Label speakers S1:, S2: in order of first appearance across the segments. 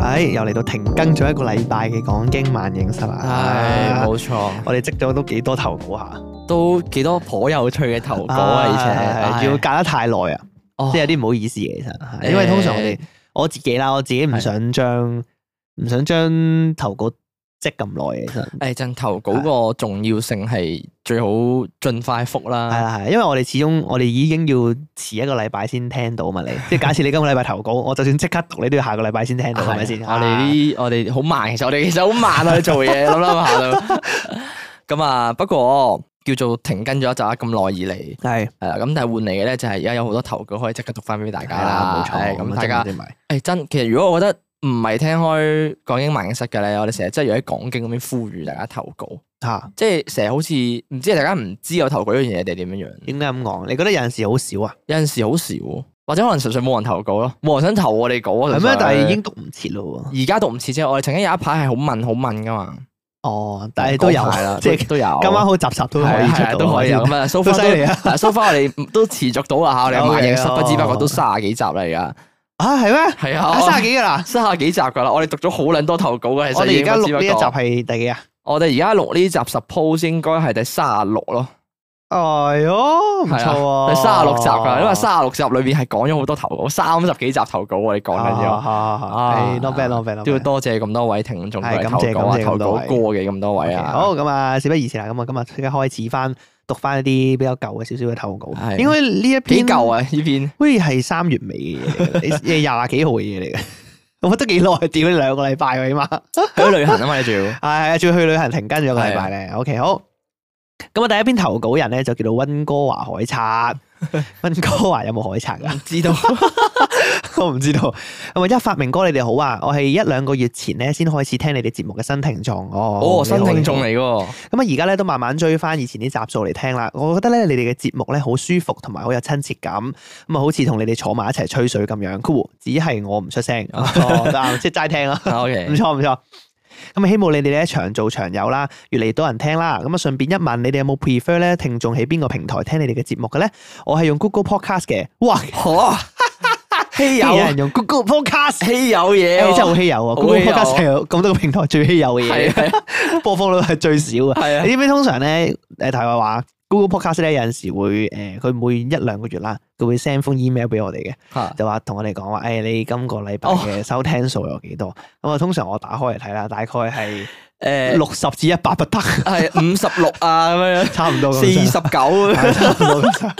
S1: 唉，又嚟到停更咗一個禮拜嘅講經萬影室啦。
S2: 唉，
S1: 啊
S2: 冇錯，
S1: 我哋積咗都幾多投稿下。
S2: 都幾多頗有趣嘅投稿啊，而且
S1: 要隔得太耐啊，
S2: 哦
S1: 即係有啲唔好意思嘅，其實，因為通常我哋我自己啦，我自己唔想將唔想將投稿積咁耐嘅，其實。
S2: 誒陣投稿個重要性係最好盡快覆
S1: 係啊
S2: 啦，
S1: 啦係啦，因為我哋始終我哋已經要遲一個禮拜先聽到嘛， 你即係假設你今個禮拜投稿，我就算即刻讀，你都要下個禮拜先聽到，係咪先？啊
S2: 我哋啲我哋好慢，其實我哋其實好慢啊，做 嘢諗諗下都。咁啊，不過叫做停更咗一集啦咁耐以嚟，
S1: 係
S2: 係啦，咁但係換嚟嘅咧就係而家有好多投稿可以即刻讀翻俾大家
S1: 係啊啦，
S2: 啦，係
S1: 冇錯，
S2: 咁大家。
S1: 真係咪
S2: 誒真，其實如果我覺得唔係聽開講經萬應室嘅咧，我哋成日真係要喺講經咁樣呼籲大家投稿，
S1: 嚇，
S2: 即係成日好似唔知大家唔知有投稿呢樣嘢定係點樣樣，
S1: 應該咁講，你覺得有陣時好少啊，
S2: 有陣時好少，或者可能純粹冇人投稿咯，冇人想投我哋稿啊。
S1: 係咩？
S2: 純粹
S1: 但係已經讀唔切咯喎。
S2: 而家讀唔切啫，我哋曾經有一排係好問好問噶嘛，
S1: 哦，但係都有
S2: 嗰排啦，
S1: 即
S2: 即
S1: 係
S2: 係都有啊
S1: 今晚好集集都可以出
S2: 係啊
S1: 到，
S2: 都可以有咁啊，so
S1: 都犀
S2: far
S1: 利啊！
S2: 都 so far 我哋都持續到啊啦嚇，我哋萬應室
S1: OK，
S2: 不知不覺
S1: 哦
S2: 都卅幾集啦而家，
S1: 啊，係咩？
S2: 係
S1: 啊
S2: 啊，
S1: 三十幾噶啦！
S2: 卅幾集㗎啦，我哋讀咗好撚多投稿嘅，其實
S1: 我哋而
S2: 已經
S1: 家
S2: 不知
S1: 錄
S2: 不
S1: 呢一
S2: 覺
S1: 集係第幾啊？
S2: 我哋而家錄呢集 suppose 應該係第三十六咯，
S1: 哎喲，唔錯喎，
S2: 啊第三十六集噶，因為三十六集裏邊係講咗好多投稿，三十幾集投稿我哋講緊要，
S1: 啊
S2: 啊
S1: ，not bad not bad，not
S2: 都要
S1: bad
S2: 多謝咁多位聽眾
S1: 係
S2: 嘅
S1: 感
S2: 投
S1: 謝
S2: 稿啊，
S1: 感謝
S2: 投稿
S1: 咁多
S2: 過
S1: 位
S2: 嘅咁多位
S1: OK，
S2: 啊，
S1: 好咁啊，事不宜遲啦，咁啊，今日即刻開始翻讀翻一啲比較舊嘅少少嘅投稿，
S2: 係
S1: 應該呢一
S2: 幾
S1: 篇
S2: 舊啊呢篇，
S1: 好似係三月尾嘅嘢嚟嘅，你廿幾號嘅嘢嚟嘅， 我覺得幾耐，啊屌你兩個禮拜喎，起碼。
S2: 去咗旅行啊嘛，你仲要
S1: 係仲要去旅行停更咗一個禮拜咧。OK，好。咁啊，第一篇投稿人咧就叫做温哥華海 賊。温哥華有冇海賊噶？
S2: 知道，
S1: 我唔知道。咁啊，一發明哥你哋好啊！我係一兩個月前咧先開始聽你哋節目嘅新聽眾哦。
S2: 哦新聽眾
S1: 嚟。
S2: 嚟嘅，
S1: 咁啊，而家咧都慢慢追翻以前啲集數嚟聽啦。我覺得咧你哋嘅節目咧好舒服，同埋好有親切感。咁啊，好似同你哋坐埋一齊吹水咁樣。cool，只係我唔 出聲，哦得啊即係齋聽啦。
S2: 啊
S1: 唔
S2: OK，
S1: 錯唔錯。咁啊，希望你哋咧長做長有啦，越嚟越多人聽啦。咁啊，順便一問，你哋有冇 prefer 咧聽眾喺邊個平台聽你哋嘅節目嘅咧？我係用 Google Podcast 嘅。哇，
S2: 好，稀有啊
S1: 有人用 Google Podcast，
S2: 稀有嘢
S1: 誒真係好
S2: 喎，
S1: 稀有
S2: 好
S1: 啊！Google
S2: 稀有啊
S1: Podcast 係有咁多個平台最稀有嘅
S2: 係
S1: 嘢，
S2: 啊
S1: 播放率係最少啊！
S2: 係啊
S1: 你，知唔知通常咧？誒，題外話，Google Podcast 咧有陣時會誒，佢每一兩個月啦，佢會 send 封 email 俾我哋嘅。
S2: 啊嚇
S1: 就話同我哋講話，誒、你今個禮拜
S2: 哦
S1: 嘅收聽數有幾多？咁啊、通常我打開嚟睇啦，大概係
S2: 誒
S1: 六十至一百 不得，
S2: 係五十六啊咁樣，
S1: 差唔 多
S2: 四
S1: 咁
S2: 十
S1: 上下。
S2: 九。
S1: 係差唔多咁上下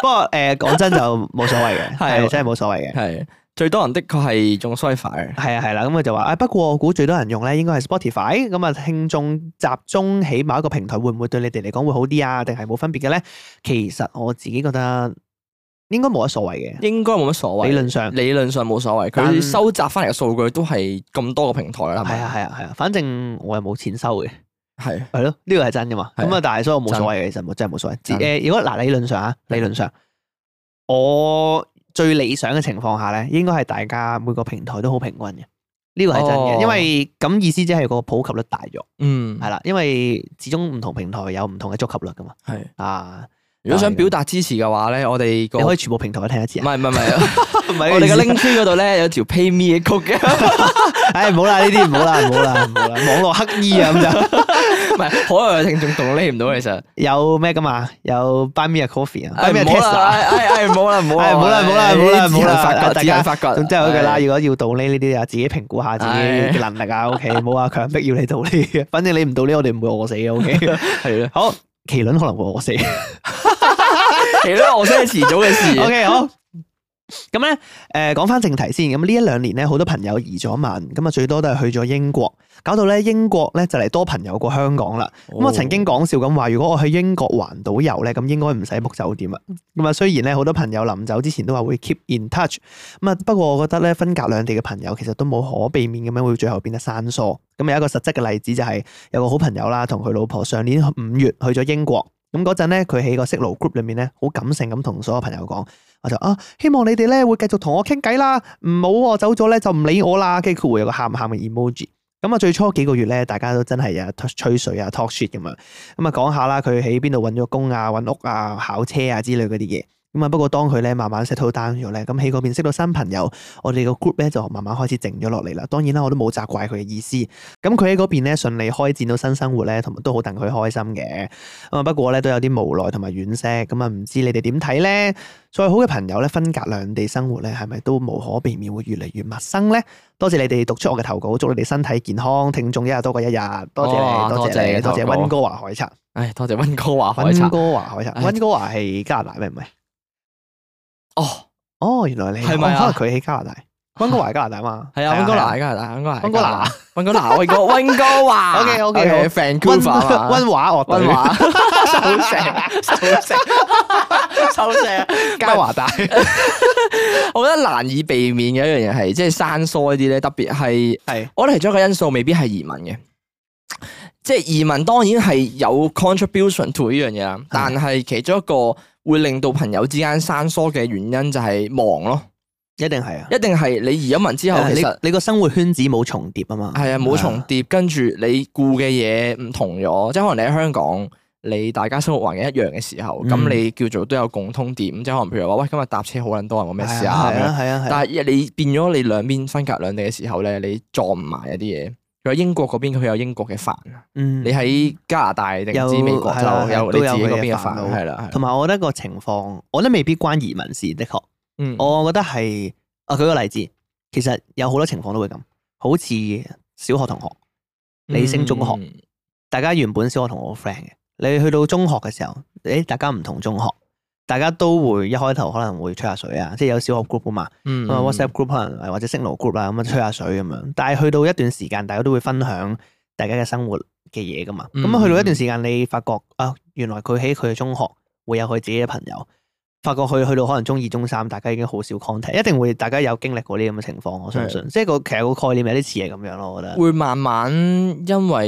S1: 不過誒，講、真就冇所謂嘅，
S2: 係
S1: 係真係冇所謂嘅。
S2: 系最多人的確係用 s o f a 嘅，
S1: 係啊係啦，咁佢就話啊，不過我估最多人用咧，應該係 Spotify。咁啊，聽眾集中喺某一個平台，會唔會對你哋嚟講會好啲啊？定係冇分別嘅咧？其實我自己覺得應該冇乜所謂
S2: 應該冇乜所
S1: 嘅，
S2: 謂。
S1: 理論上
S2: 理論上冇所謂，佢
S1: 啊但
S2: 收集翻嚟嘅數據都係咁多個平台啦，係
S1: 係
S2: 咪？
S1: 啊係啊係啊，反正我又冇錢收嘅。
S2: 係
S1: 係啊咯，呢個係真噶嘛。
S2: 係
S1: 咁啊，但係所以我冇所謂嘅，其實冇真係冇所謂。
S2: 真
S1: 誒，如果嗱理論上啊，理論上，我最理想嘅情況下咧，應該係大家每個平台都好平均嘅。呢個係真
S2: 哦
S1: 嘅，因為咁意思即係個普及率大咗，
S2: 嗯
S1: 係啦。因為始終唔同平台有唔同嘅觸及率噶嘛。
S2: 係。
S1: 啊，
S2: 如果想表達支持嘅話咧，我哋個
S1: 你可
S2: 唔
S1: 以全部平台都聽一次
S2: 係唔
S1: 啊。
S2: 係唔係，
S1: 唔 係
S2: 我哋嘅 link tree 嗰度咧有條 pay me 嘅曲嘅，
S1: 唉，唔好啦，呢啲唔好啦，唔好啦，唔好啦，網絡黑衣啊咁就。
S2: 唔係可能有聽眾同 link 唔到其實。
S1: 有咩噶嘛？有 Buy Me a Coffee 啊
S2: 唉
S1: ，Buy Me
S2: 哎唔
S1: a
S2: 好
S1: Tesla
S2: 啦，
S1: 啊。哎
S2: 唉唉唉唔好啦唔好啦
S1: 唉唔好啦唔好啦唔好
S2: 自行
S1: 啦唔好啦
S2: 發掘，
S1: 大
S2: 自
S1: 家
S2: 行發掘。哎
S1: 總之係嗰句啦，
S2: 啊係
S1: 如果要道理呢啲啊，自己評估下自己嘅能力啊。O K，冇話強迫要你道理 嘅，反正你唔道理，我哋唔會餓死嘅。O K，
S2: 係咯，
S1: 好，麒麟可能會餓死。
S2: 係咯，我真係遲早嘅事。
S1: O K，好。咁咧，誒、講翻正題先。咁呢一兩年咧，好多朋友移咗民，咁啊最多都係去咗英國，搞到咧英國咧就嚟多朋友過香港啦。咁啊
S2: 哦
S1: 我曾經講笑咁話，如果我去英國環島遊咧，咁應該唔使 book 酒店啊。咁啊，雖然咧好多朋友臨走之前都話會 keep in touch，咁啊不過我覺得咧分隔兩地嘅朋友其實都冇可避免咁樣會最後變得生疏。咁有一個實質嘅例子就係、有個好朋友啦，同佢老婆上年五月去咗英國。咁嗰陣咧，佢喺個 Signal group 裏面咧，好感性咁同所有朋友講，我就啊，希望你哋咧會繼續同我傾偈啦，唔好我走咗咧就唔理我啦，跟住佢會有個喊喊嘅 emoji。咁啊，最初幾個月咧，大家都真係啊吹水啊 talk shit 咁樣，咁啊講下啦，佢喺邊度揾咗工啊、揾屋啊、考車啊之類嗰啲嘢。咁啊，不過當佢咧慢慢 settle down 咗咧，咁喺嗰邊識到新朋友，我哋個 group 咧就慢慢開始靜咗落嚟啦。當然啦，我都冇責怪佢嘅意思。咁佢喺嗰邊咧順利開展到新生活咧，同埋都好戥佢開心嘅。咁啊，不過咧都有啲無奈同埋惋惜。咁啊，唔知你哋點睇咧？再好嘅朋友咧，分隔兩地生活咧，係咪都無可避免會越嚟越陌生咧？多謝你哋讀出我嘅投稿，祝你哋身體健康，聽眾一日多過一日。多謝
S2: 哇
S1: 你，多
S2: 多謝
S1: 謝
S2: 你
S1: 你，
S2: 嘅
S1: 多謝
S2: 啊投稿
S1: 温哥華海賊。
S2: 唉，哎多謝温哥華海
S1: 温
S2: 茶。
S1: 哥華海賊，
S2: 唉
S1: 温哥華係加拿大咩？唔係。
S2: 哦，
S1: 哦，原來你
S2: 係咪啊
S1: 哦可能佢喺加 拿大，温哥華係加拿大嘛？
S2: 係啊，温哥
S1: 係
S2: 華加拿大，温哥華
S1: 温哥華，
S2: 温哥華，我講温哥華。
S1: OK，OK，好
S2: OK，Vancouver 啊嘛
S1: 温温華樂隊
S2: 温 啊華
S1: 收聲，收聲，
S2: 收聲。
S1: 加拿大。
S2: 我覺得難以避免嘅一樣嘢係，即係生疏一啲咧，特別係
S1: 係
S2: 我覺得其中一個因素未必係移民嘅，即係移民當然係有 contribution to 呢樣嘢啦，但係其中一個會令到朋友之間生疏嘅原因就係忙咯，
S1: 一定係啊！
S2: 一定係你移咗民之後，其
S1: 你
S2: 實
S1: 你個生活圈子冇重疊啊嘛，
S2: 係啊冇重疊，跟住你顧嘅嘢唔同咗，即係可能你喺香港。你大家生活環境一樣嘅時候，咁、
S1: 嗯
S2: 你叫做都有共通點，即係可能譬如話，喂，今日搭車好撚多人，我咩事啊？咁
S1: 係
S2: 樣
S1: 啊係啊係啊，
S2: 但係你變咗你兩邊分隔兩地嘅時候咧，你撞唔埋一啲嘢。佢喺英國嗰邊佢有英國嘅飯，啊
S1: 嗯
S2: 你喺加拿大定唔知
S1: 有
S2: 美國
S1: 係啦
S2: 就有
S1: 都
S2: 你
S1: 有
S2: 自己
S1: 佢嘅
S2: 嗰邊嘅
S1: 煩惱
S2: 飯，係啦，係
S1: 同埋我覺得個情況，我覺得未必關移民事，的確，
S2: 嗯，
S1: 我覺得係啊，舉個例子，其實有好多情況都會咁，好似小學同學，你升中學。
S2: 嗯
S1: 大家原本小學同我 friend 嘅，你去到中學嘅時候，誒大家唔同中學，大家都會一開頭可能會吹下水啊，即係有小學 group 啊嘛，
S2: 嗯
S1: 咁啊 WhatsApp group 可能或者 Signal group 啦，咁啊吹下水咁樣。但係去到一段時間，大家都會分享大家嘅生活嘅嘢噶嘛。咁
S2: 嗯
S1: 啊去到一段時間，你發覺啊，原來佢喺佢嘅中學會有佢自己嘅朋友。發覺去去到可能中二、中三，大家已經好少 contact，一定會大家有經歷過呢啲咁嘅情況，我相信。即係個其實個概念有啲似係咁樣咯，我覺得
S2: 會慢慢因為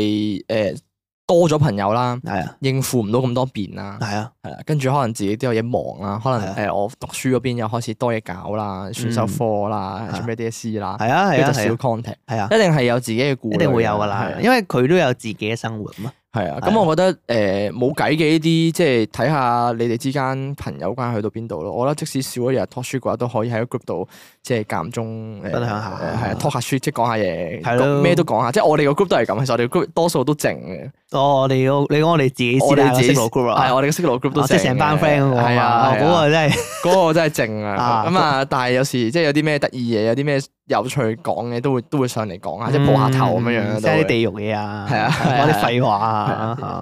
S2: 誒多咗朋友啦，
S1: 係啊，
S2: 應付唔到咁多變啦，
S1: 係啊。
S2: 係啦，跟住可能自己都有嘢忙啦，可
S1: 係啊
S2: 能誒我讀書嗰邊又開始多嘢搞啦，選修科啦，
S1: 係啊
S2: 準備 DSE 啦，
S1: 係啊，係
S2: 跟
S1: 啊，
S2: 住就少
S1: 係啊
S2: contact，
S1: 係啊
S2: 一，定係有自己嘅顧慮，啊
S1: 一定會有噶啦
S2: 係，
S1: 因為佢都有自己嘅生活嘛。
S2: 係啊，
S1: 係
S2: 咁
S1: 啊
S2: 我覺得誒冇計嘅呢啲，即係睇下你哋之間朋友關係去到邊度咯。我覺得即使少一日拖書嘅話，都可以喺個 group 度即係間中誒
S1: 分享下哦
S2: 誒係啊，拖下書即係講下嘢，
S1: 係咯
S2: 講咩都講下。即係我哋個 group 都係咁，其實我哋個 group 多數都靜嘅，
S1: 哦，我哋個你講我哋自己
S2: 我
S1: 私
S2: 哋
S1: 底
S2: 自己
S1: 識路 group 啊，
S2: 係我哋嘅識路 group 都
S1: 哦即係成班 friend 嗰個
S2: 係
S1: 嘛，
S2: 啊，
S1: 哦
S2: 係
S1: 嗰
S2: 啊
S1: 個真係
S2: 嗰個真係靜啊。
S1: 啊
S2: 咁啊，但係有時即係有啲咩得意嘢，有啲咩有趣講嘅，都會都會上嚟講下，啊即係抱下頭咁樣樣
S1: 嗯即
S2: 都
S1: 係啲
S2: 會。
S1: 地獄嘢啊，
S2: 係啊係啊
S1: 講啲廢話
S2: 係啊。
S1: 啊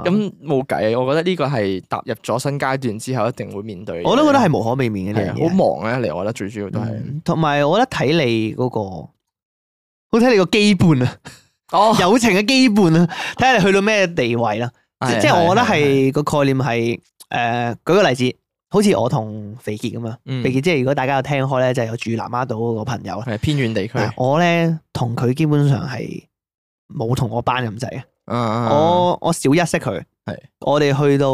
S1: 咁
S2: 咁冇計，我覺得呢個係踏入咗新階段之後，一定會面對嘅。
S1: 我都覺得係無可避免嘅
S2: 係
S1: 呢
S2: 啊
S1: 樣
S2: 好
S1: 嘢。
S2: 忙咧，嚟我覺得最主要都係。
S1: 嗯同埋我覺得睇你嗰個，好睇你個基本啊，
S2: 哦
S1: 友情嘅基本啊，睇下你去到咩地位啦。即即係我覺得係個概念係誒，舉個例子，好似我同肥傑咁啊，
S2: 嗯
S1: 肥傑即係如果大家有聽開咧，就係有住南丫島嗰個朋友啦。
S2: 係偏遠地區。
S1: 嗱我咧同佢基本上係冇同我班咁滯嘅。
S2: 啊我
S1: 我我小一識佢，
S2: 係
S1: 我哋去到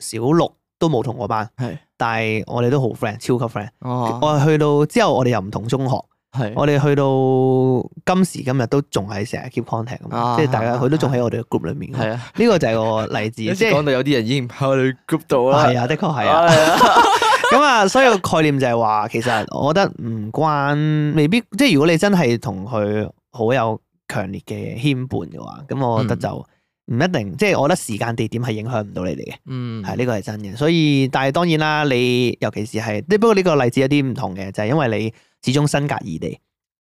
S1: 小六都冇同我班，
S2: 係
S1: 但係我哋都好 friend，超級 friend。
S2: 哦
S1: 我係去到之後，我哋又唔同中學，
S2: 係
S1: 我哋去到今時今日都仲係成日 keep contact 咁樣，
S2: 啊
S1: 即係大家佢都仲喺我哋嘅 group 裏面。
S2: 係啊，
S1: 呢個就係個例子，
S2: 即
S1: 即
S2: 係講
S1: 係
S2: 到有啲人已經唔喺我哋 group 度啦。
S1: 係啊，的確係啊。
S2: 啊，
S1: 咁啊，所以個概念就係話，其實我覺得唔關，未必即係如果你真係同佢好有強烈嘅牽絆嘅話，咁我覺得
S2: 嗯
S1: 就唔一定，即係我覺得時間地點係影響唔到你哋嘅，
S2: 嗯
S1: 係呢個係真嘅。所以但係當然啦，你尤其是係，即不過呢個例子有啲唔同嘅，就係因為你始終身隔異地。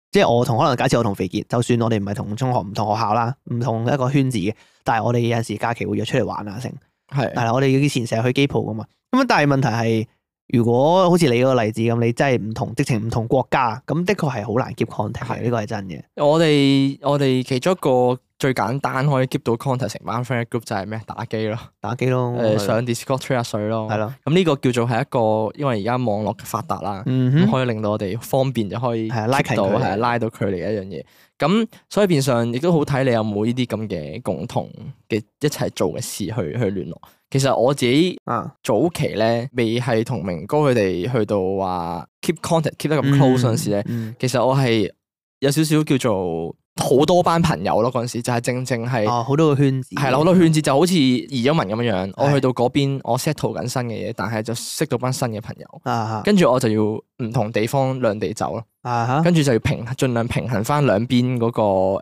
S1: 即係我同可能假設我同肥傑，就算我哋唔係同中學唔同學校啦，唔同一個圈子嘅，但係我哋有陣時假期會約出嚟玩啊，成。
S2: 係
S1: 係啦，我哋以前成日去機鋪噶嘛。咁但係問題係如果好似你嗰個例子咁，你真係唔同，直情唔同國家，咁的確係好難 keep contact 嘅，
S2: 係
S1: 呢個係真嘅。
S2: 我哋我哋其中一個最簡單可以 keep 到 contact 成班 friend 嘅 group 就係咩？打機咯，
S1: 打機咯，
S2: 誒上 Discord 吹下水咯。
S1: 哦係咯，
S2: 咁呢個叫做係一個，因為而家網絡嘅發達啦，
S1: 嗯
S2: 咁
S1: 哼，
S2: 可以令到我哋方便就可以
S1: 係啊拉
S2: keep
S1: 近
S2: 到
S1: 距離
S2: 係啊拉到距離一樣嘢。咁所以變相亦都好睇你有冇呢啲咁嘅共同嘅一齊做嘅事去去聯絡。其實我自己
S1: 啊，
S2: 早期咧未係同明哥佢哋去到話 keep contact keep 得咁 close 嗰陣時咧，
S1: 嗯，
S2: 其實我係有少少叫做好多班朋友咯。嗰陣時就係正正係
S1: 嗯哦，好多個圈子，
S2: 係啦，好多圈子就好似移咗民咁樣樣。我
S1: 係
S2: 去到嗰邊，我 settle 緊新嘅嘢，但係就識到班新嘅朋友，
S1: 啊
S2: 跟住我就要唔同地方兩地走咯。
S1: 啊啊哈，
S2: 跟住就要平盡量平衡翻兩邊嗰個誒誒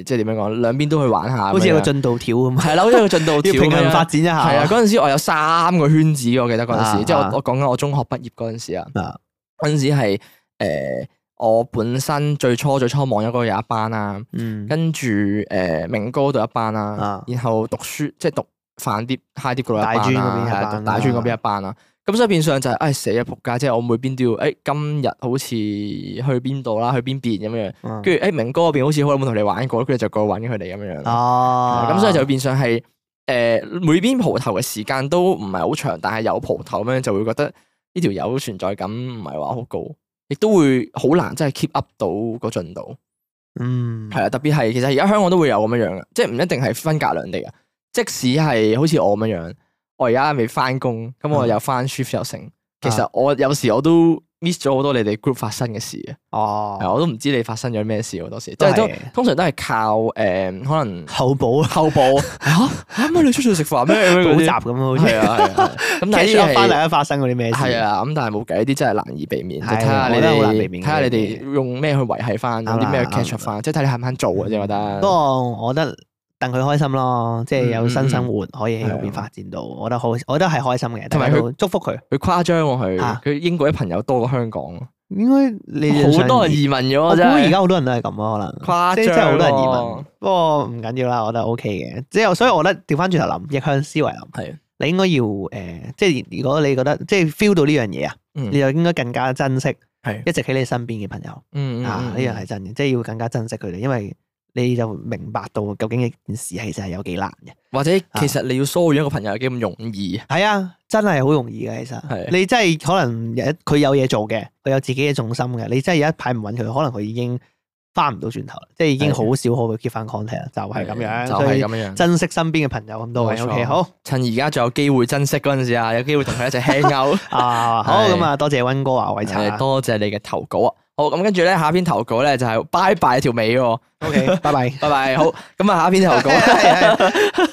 S2: 誒，即係點樣講？兩邊都去玩下咁樣，
S1: 好似有個進度條咁啊，
S2: 係啦，好似有個進度條
S1: 要
S2: 咁樣
S1: 平衡發展一下，
S2: 係啊，嗰陣時我有三個圈子，我記得嗰陣
S1: 啊
S2: 時，即係
S1: 啊
S2: 我我講緊我中學畢業嗰陣時啊
S1: 啊，
S2: 嗰陣時係誒我本身最初最初網友嗰度有一班啦，
S1: 嗯，
S2: 跟住誒明哥嗰度一班啦
S1: 啊，
S2: 然後讀書即係讀飯碟、high 碟嗰度一
S1: 大專
S2: 班
S1: 嗰
S2: 啦
S1: 邊一，
S2: 係啊
S1: 班
S2: 讀大專
S1: 啦
S2: 嗰邊一班啦。咁所以變相就係唉死啊仆街！即係我每邊都要誒今日好似去邊度啦，去邊邊咁樣，
S1: 跟
S2: 跟住誒明哥嗰邊好似好耐冇同你玩過，跟住就過去揾佢哋咁樣樣啦。
S1: 哦，
S2: 啊咁所以就變相係誒每邊蒲頭嘅時間都唔係好長，但係有蒲頭咁樣就會覺得呢條友存在感唔係話好高，亦都會好難真係 keep up 到個進度。
S1: 嗯
S2: 係啊，特別係其實而家香港都會有咁樣樣嘅，即係唔一定係分隔兩地嘅。即使係好似我咁樣樣，我而家未翻工，咁我
S1: 嗯
S2: 又翻 shift 又成，其實我有時我都 miss 咗好多你哋 group 發生嘅事嘅，係啊
S1: 哦，
S2: 我都唔知你發生咗咩事好多時，即
S1: 都
S2: 係都
S1: 係
S2: 通常都係靠誒可能。
S1: 後補啊，
S2: 後補 嚇乜你出去食飯 咩？咁
S1: 補
S2: 樣
S1: 習
S2: 嗰
S1: 咁啊，好
S2: 啲
S1: 似
S2: 係啊係啊，咁但係
S1: catch up
S2: 呢
S1: 翻
S2: 啲
S1: 嚟發生嗰啲咩事？
S2: 係係啊，咁但係冇計，呢啲真係難以避免。就
S1: 係啊
S2: 睇下你
S1: 我覺得好難避
S2: 哋
S1: 免
S2: 睇
S1: 嘅
S2: 下你哋用咩去維係翻，用啲咩去
S1: 啱啦
S2: catch up 翻，啊即係睇你肯唔肯做嘅啫。我覺
S1: 啊不
S2: 得
S1: 過我覺得戥佢開心咯，即係有新生活可以喺嗰邊發展到，我覺得好，我覺得係開心嘅，
S2: 嗯同埋
S1: 大家
S2: 佢
S1: 都祝福佢。
S2: 佢誇張喎，
S1: 嚇
S2: 佢佢英國啲朋友多過香港，好
S1: 應該你
S2: 多人移民
S1: 我
S2: 咗
S1: 估
S2: 真
S1: 而
S2: 係呃
S1: 家好多人都係咁啊，可能
S2: 誇張
S1: 即係真係好多人移民
S2: 喎。
S1: 不過唔緊要啦，我覺得 O K 嘅。即係所以我覺得調翻轉頭諗，逆向思維諗，
S2: 係
S1: 你應該要誒，即係如果你覺得即係 feel 到呢樣嘢啊，
S2: 嗯
S1: 你就應該更加珍惜
S2: 係
S1: 一直喺你身邊嘅朋友。
S2: 嗯嗯
S1: 啊，呢樣係真嘅，即係要更加珍惜佢哋，因為你就明白到究竟一件事其實係有幾難嘅。
S2: 或者其實你要疏遠一個朋友有幾咁容易，
S1: 係啊，真係好容易嘅，其實
S2: 係
S1: 你真係可能有一佢有嘢做嘅，佢有自己嘅重心嘅，你真係有一排唔揾佢，可能佢已經翻唔到轉頭啦，即係已經
S2: 係
S1: 好少可會 keep 翻 contact 啦，就係咁樣，
S2: 就
S1: 所
S2: 係
S1: 以
S2: 咁樣樣。
S1: 珍惜身邊嘅朋友咁多位。
S2: 冇錯
S1: OK，好
S2: 趁而家仲有機會珍惜嗰陣時啊，有機會同佢一齊 hang out。
S1: 啊，好
S2: 係
S1: 咁啊，多謝温哥華偉啊
S2: 係
S1: 茶
S2: 多謝你嘅投稿啊！好，咁跟住咧，下一篇投稿咧就係拜拜條尾喎，
S1: ，OK，拜拜。
S2: 拜拜。好，咁啊下一篇投稿，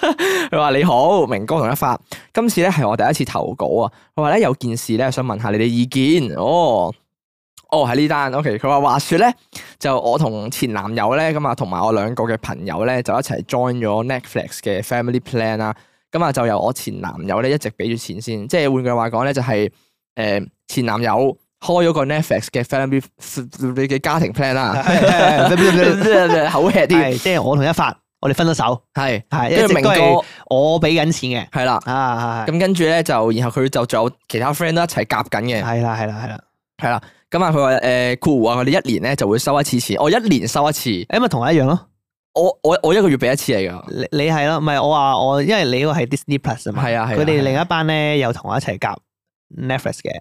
S2: 佢話你好，明哥同一發，今次咧係我第一次投稿啊。佢話咧有件事咧想問下你哋意見哦。哦，喺呢單，OK。佢話話説咧，就我同前男友咧，咁啊，同埋我兩個嘅朋友咧，就一齊 join 咗 Netflix 嘅 Family Plan 啦。咁啊，就由我前男友咧一直俾住錢先，即係換句話講咧，就係、誒、前男友開咗個 Netflix 嘅 family 嘅家庭 plan 啦， 口吃啲
S1: 係，即係我同一發，我哋分咗手，
S2: 係，
S1: 係
S2: 跟
S1: 一
S2: 住
S1: 直
S2: 明
S1: 都係
S2: 哥
S1: 我俾緊錢嘅，
S2: 係啦，
S1: 啊，係
S2: 咁跟住咧就，然後佢就仲有其他 friend 都一齊夾緊嘅，
S1: 係啦，係啦，係啦。
S2: 係啦，咁啊佢話誒酷啊，佢哋一年咧就會收一次錢，哦我一年收一次，
S1: 誒咪同我一樣咯，
S2: 我我我一個月俾一次嚟噶，
S1: 你你係咯，唔係我話我，因為你嗰個係 Disney Plus 啊嘛，
S2: 係啊係啊
S1: 佢
S2: 係
S1: 哋
S2: 啊
S1: 另一班咧又同我一齊夾 Netflix 嘅，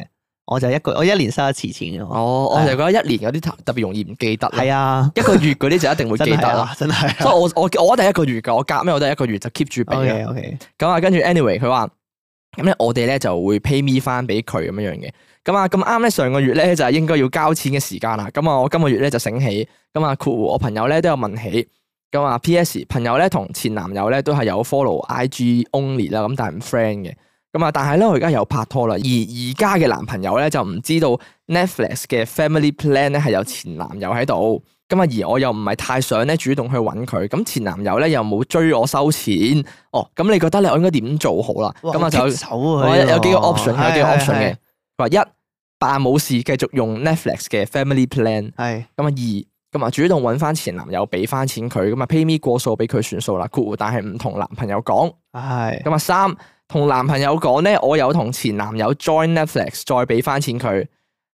S1: 我就一個我一年收一次錢嘅我，
S2: 哦，我就覺得一年嗰啲特特別容易唔記得啦，
S1: 啊係啊，
S2: 一個月嗰啲就一定會
S1: 真
S2: 記得
S1: 係
S2: 啦，
S1: 啊，真 係
S2: 所以我我我都係一個月噶，我夾咩我都係一個月就 keep 住俾
S1: O
S2: 嘅
S1: K O K，
S2: 咁啊，跟住 anyway 佢話咁咧，我哋咧就會 pay me 翻俾佢咁樣樣嘅。咁啊，咁啱咧，上個月咧就係應該要交錢嘅時間啦。咁啊，我今個月咧就醒起，咁啊，括弧我朋友咧都有問起。咁啊，P.S. 朋友咧同前男友咧都係有 follow I.G. only 啦，咁但係唔 friend 嘅。咁啊，但係咧我而家有拍拖啦，而而家嘅男朋友咧就唔知道 Netflix 嘅 Family Plan 咧係有前男友喺度。咁啊，而我又唔係太想咧主動去揾佢，咁前男友咧又冇追我收錢，哦，咁你覺得咧我應該點做好啦？咁啊就
S1: 棘手啊，
S2: 我
S1: 佢呢
S2: 有
S1: 個
S2: 有幾個 option，有幾個
S1: 係
S2: option 嘅
S1: 係。
S2: 佢話一扮冇事繼續用 Netflix 嘅 Family Plan，
S1: 係
S2: 咁啊二咁啊主動揾翻前男友俾翻錢佢，咁啊 pay me 過數俾佢算數啦，括弧但係唔同男朋友講。
S1: 係
S2: 咁啊三同男朋友講咧，我有同前男友 join Netflix，再俾翻錢佢。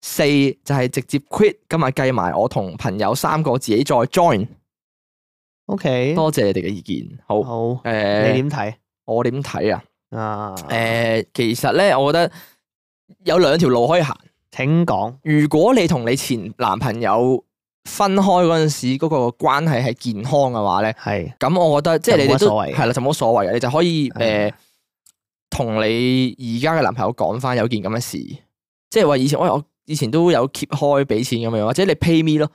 S2: 四就係直接 quit，今日計埋我同朋友三個自己再 join。
S1: ，OK，
S2: 多謝你哋嘅意見。好，誒、
S1: 好，你點睇
S2: 我點睇啊？
S1: 啊？
S2: 誒、其實咧，我覺得有兩條路可以行。
S1: 請講，
S2: 如果你同你前男朋友分開嗰陣時，嗰、個關係係健康嘅話咧，
S1: 係
S2: 咁我覺得即係你哋
S1: 就冇乜
S2: 都
S1: 所謂
S2: 係啦，就冇乜所謂嘅，你就可以
S1: 係
S2: 誒同、你而家嘅男朋友講翻有件咁嘅事，即係話以前我我以前都有 keep 開俾錢咁樣，或者你 pay me 咯，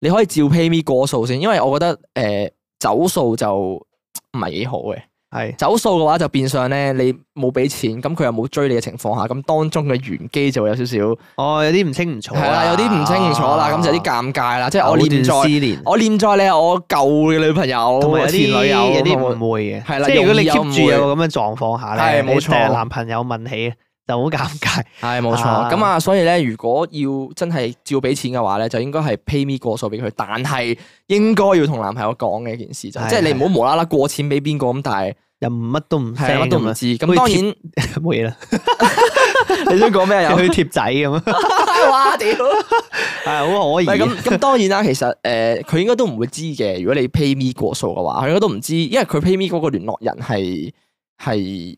S2: 你可以照 pay me 過數先，因為我覺得誒、呃走數就唔係幾好嘅。
S1: 係
S2: 走數嘅話就變相咧，你冇俾錢，咁佢又冇追你嘅情況下，咁當中嘅玄機就會有少少
S1: 哦，有啲唔清唔楚啊
S2: 係啊啦，有啲唔清唔楚啦，咁就有啲尷尬啦。即係我
S1: 藕斷
S2: 念在，
S1: 絲連
S2: 我念在你係我舊嘅女朋友，
S1: 同埋有
S2: 前女
S1: 啲
S2: 友，
S1: 有啲
S2: 咁我啊
S1: 誤會嘅，
S2: 係啦
S1: 即係如果你
S2: 容易有誤
S1: keep 住
S2: 會
S1: 有個咁嘅狀況下咧，
S2: 係冇錯
S1: 你第日男朋友問起就好尷尬，
S2: 係冇錯。
S1: 啊
S2: 咁啊，所以咧，如果要真係照俾錢嘅話咧，就應該係 pay me 過數俾佢，但係應該要同男朋友講嘅一件事就係，
S1: 係
S2: 即係你唔好無啦啦過錢俾邊個咁，但係
S1: 又唔乜都唔
S2: 係啊
S1: 聲
S2: 乜都唔
S1: 咁啊
S2: 知。咁
S1: 好似
S2: 當然
S1: 樣，冇 嘢啦，
S2: 你想講咩啊？
S1: 去貼仔咁樣，
S2: 哇屌！
S1: 係好可 以
S2: 唔係咁咁，當然啦。其實誒，呃佢、應該都唔會知嘅。如果你 pay me 過數嘅話，佢應該都唔知，因為佢 pay me 嗰個聯絡人係係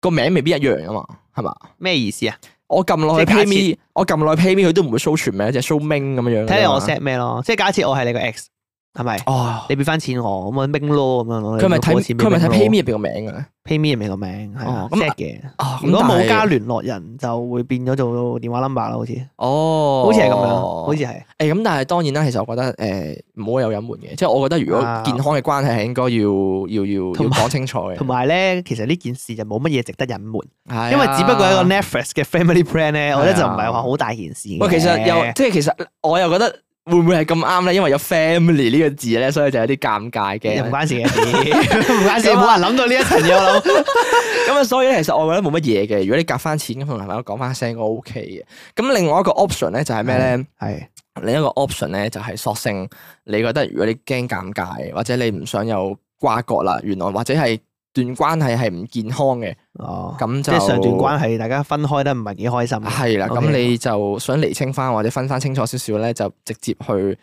S2: 個名未必一樣啊嘛，係嘛？
S1: 咩意思啊？
S2: 我撳落去
S1: 即係假
S2: pay me，我撳落去 pay me，佢都唔會 show 全名，就 show Ming 咁樣樣㗎嘛。
S1: 啊睇你我 set 咩咯，即係假設我係你個 ex，係咪？
S2: 哦，
S1: 你俾翻錢我，咁我冰咯咁樣咯。
S2: 佢咪睇佢咪睇 pay me
S1: 咩
S2: 入邊個名嘅咧？
S1: pay me 咪個名係
S2: 哦
S1: 啊
S2: 咁
S1: set 嘅。
S2: 啊
S1: 如果冇加
S2: 聯，
S1: 聯絡人，就會變咗做電話 number 啦，好似
S2: 哦，
S1: 好似係咁樣，好似係
S2: 誒咁，但係啊當然啦。其實我覺得誒唔好有隱瞞嘅，即係我覺得如果
S1: 啊
S2: 健康嘅關係係應該要要要
S1: 同
S2: 要
S1: 埋
S2: 講清楚嘅，
S1: 同埋咧，其實呢件事就冇乜嘢值得隱瞞，
S2: 係
S1: 因為只不過係一個
S2: 啊
S1: Netflix 嘅 family plan 咧，我覺得
S2: 係啊
S1: 就唔係話好大件事嘅。
S2: 喂，其實又即係其實我又覺得會唔會係咁啱咧？因為有 family 呢個字咧，所以就有啲尷尬
S1: 又唔
S2: 嘅。
S1: 關事嘅，唔關事，
S2: 咁
S1: 冇
S2: 啊
S1: 人諗到呢一層嘢，我諗。
S2: 咁啊，所以咧，其實我覺得冇乜嘢嘅。如果你夾翻錢咁同男朋友講翻聲，我 OK 嘅。咁另外一個 option 咧就係咩咧？
S1: 係
S2: 另一個 option 咧就係索性你覺得如果你驚尷尬，或者你唔想有瓜葛啦，原來或者係段關係係唔健康嘅，
S1: 哦，
S2: 咁
S1: 即
S2: 就
S1: 係上段關係大家分開得唔係幾開心。
S2: 係啦。咁
S1: OK
S2: 你就想釐清翻或者分翻清楚少少咧，就直接去誒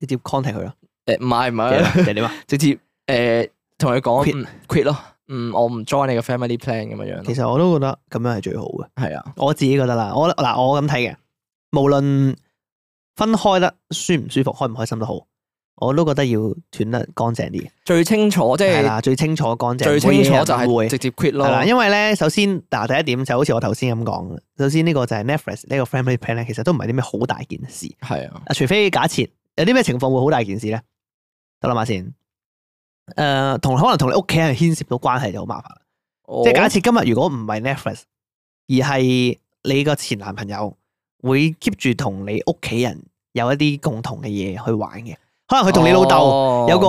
S1: 直接 contact 佢咯，
S2: 唔係唔係。
S1: 定係 點啊？
S2: 直接誒同佢講
S1: Quit
S2: 嗯 quit 咯，嗯，我唔 join 你個 family plan 咁樣樣
S1: 其
S2: 咯，
S1: 實我都覺得咁樣係最好嘅。
S2: 係啊，
S1: 我自己覺得啦，我嗱我咁睇嘅，無論分開得舒唔舒服、開唔開心都好，我都覺得要斷得乾淨啲，
S2: 最清楚即
S1: 係
S2: 係
S1: 啦，最清楚乾淨，
S2: 最清楚就
S1: 冇嘢有誤
S2: 係
S1: 會
S2: 直接 quit 咯
S1: 係，啦，因為咧，首先嗱第一點就好似我頭先咁講，首先呢個就係 Netflix 呢個 family plan 咧，其實都唔係啲咩好大件事，
S2: 係啊，
S1: 啊，除非假設有啲咩情況會好大件事咧，我諗下先，誒、同可能同你屋企人牽涉到關係就好麻煩啦。即係假設今日如果唔係 Netflix，而係你個前男朋友會 keep 住同你屋企人有一啲共同嘅嘢去玩嘅，可能佢同你老豆
S2: 豆
S1: 有個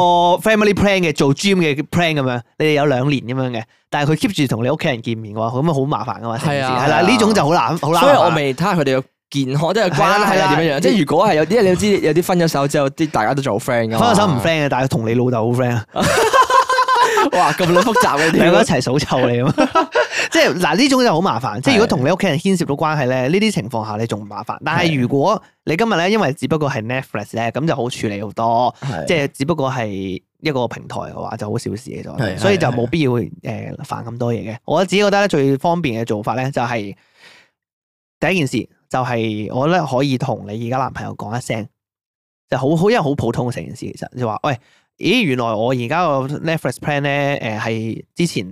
S1: family plan 嘅做 gym 嘅 plan 咁樣，你哋有兩年咁樣嘅，但係佢 keep 住同你屋企人見面嘅話，咁啊好麻煩噶嘛，成件事
S2: 係啊
S1: 係啦，
S2: 係啊
S1: 呢種就好難好難。
S2: 所以我未睇下佢哋嘅健康即係關係
S1: 係啦係啦
S2: 係點樣樣，即係如果係有啲，因為你都知有啲分咗手之後，啲大家都做 friend 噶，
S1: 分咗手唔 friend 嘅，但係同你老豆好 friend 啊。
S2: friend，哇 咁複雜嘅
S1: 兩個一
S2: 啲，
S1: 齊數臭 你咁，即係嗱呢種就好麻煩。即係如果同你屋企人牽涉到關係咧，呢啲情況下你仲麻煩。但係
S2: 係
S1: 如果你今日咧，因為只不過係 Netflix 咧，咁就好處理好多。即
S2: 係
S1: 係只不過係一個平台嘅話，就好小事嘅
S2: 係
S1: 啫。所以就冇必要誒煩咁多嘢嘅。我自己覺得咧，最方便嘅做法咧，就係呃第一件事就係我咧可以同你而家男朋友講一聲，就好好，因為好普通嘅成件事其實就話喂。咦，原來我而家個 Netflix plan 咧，誒、係之前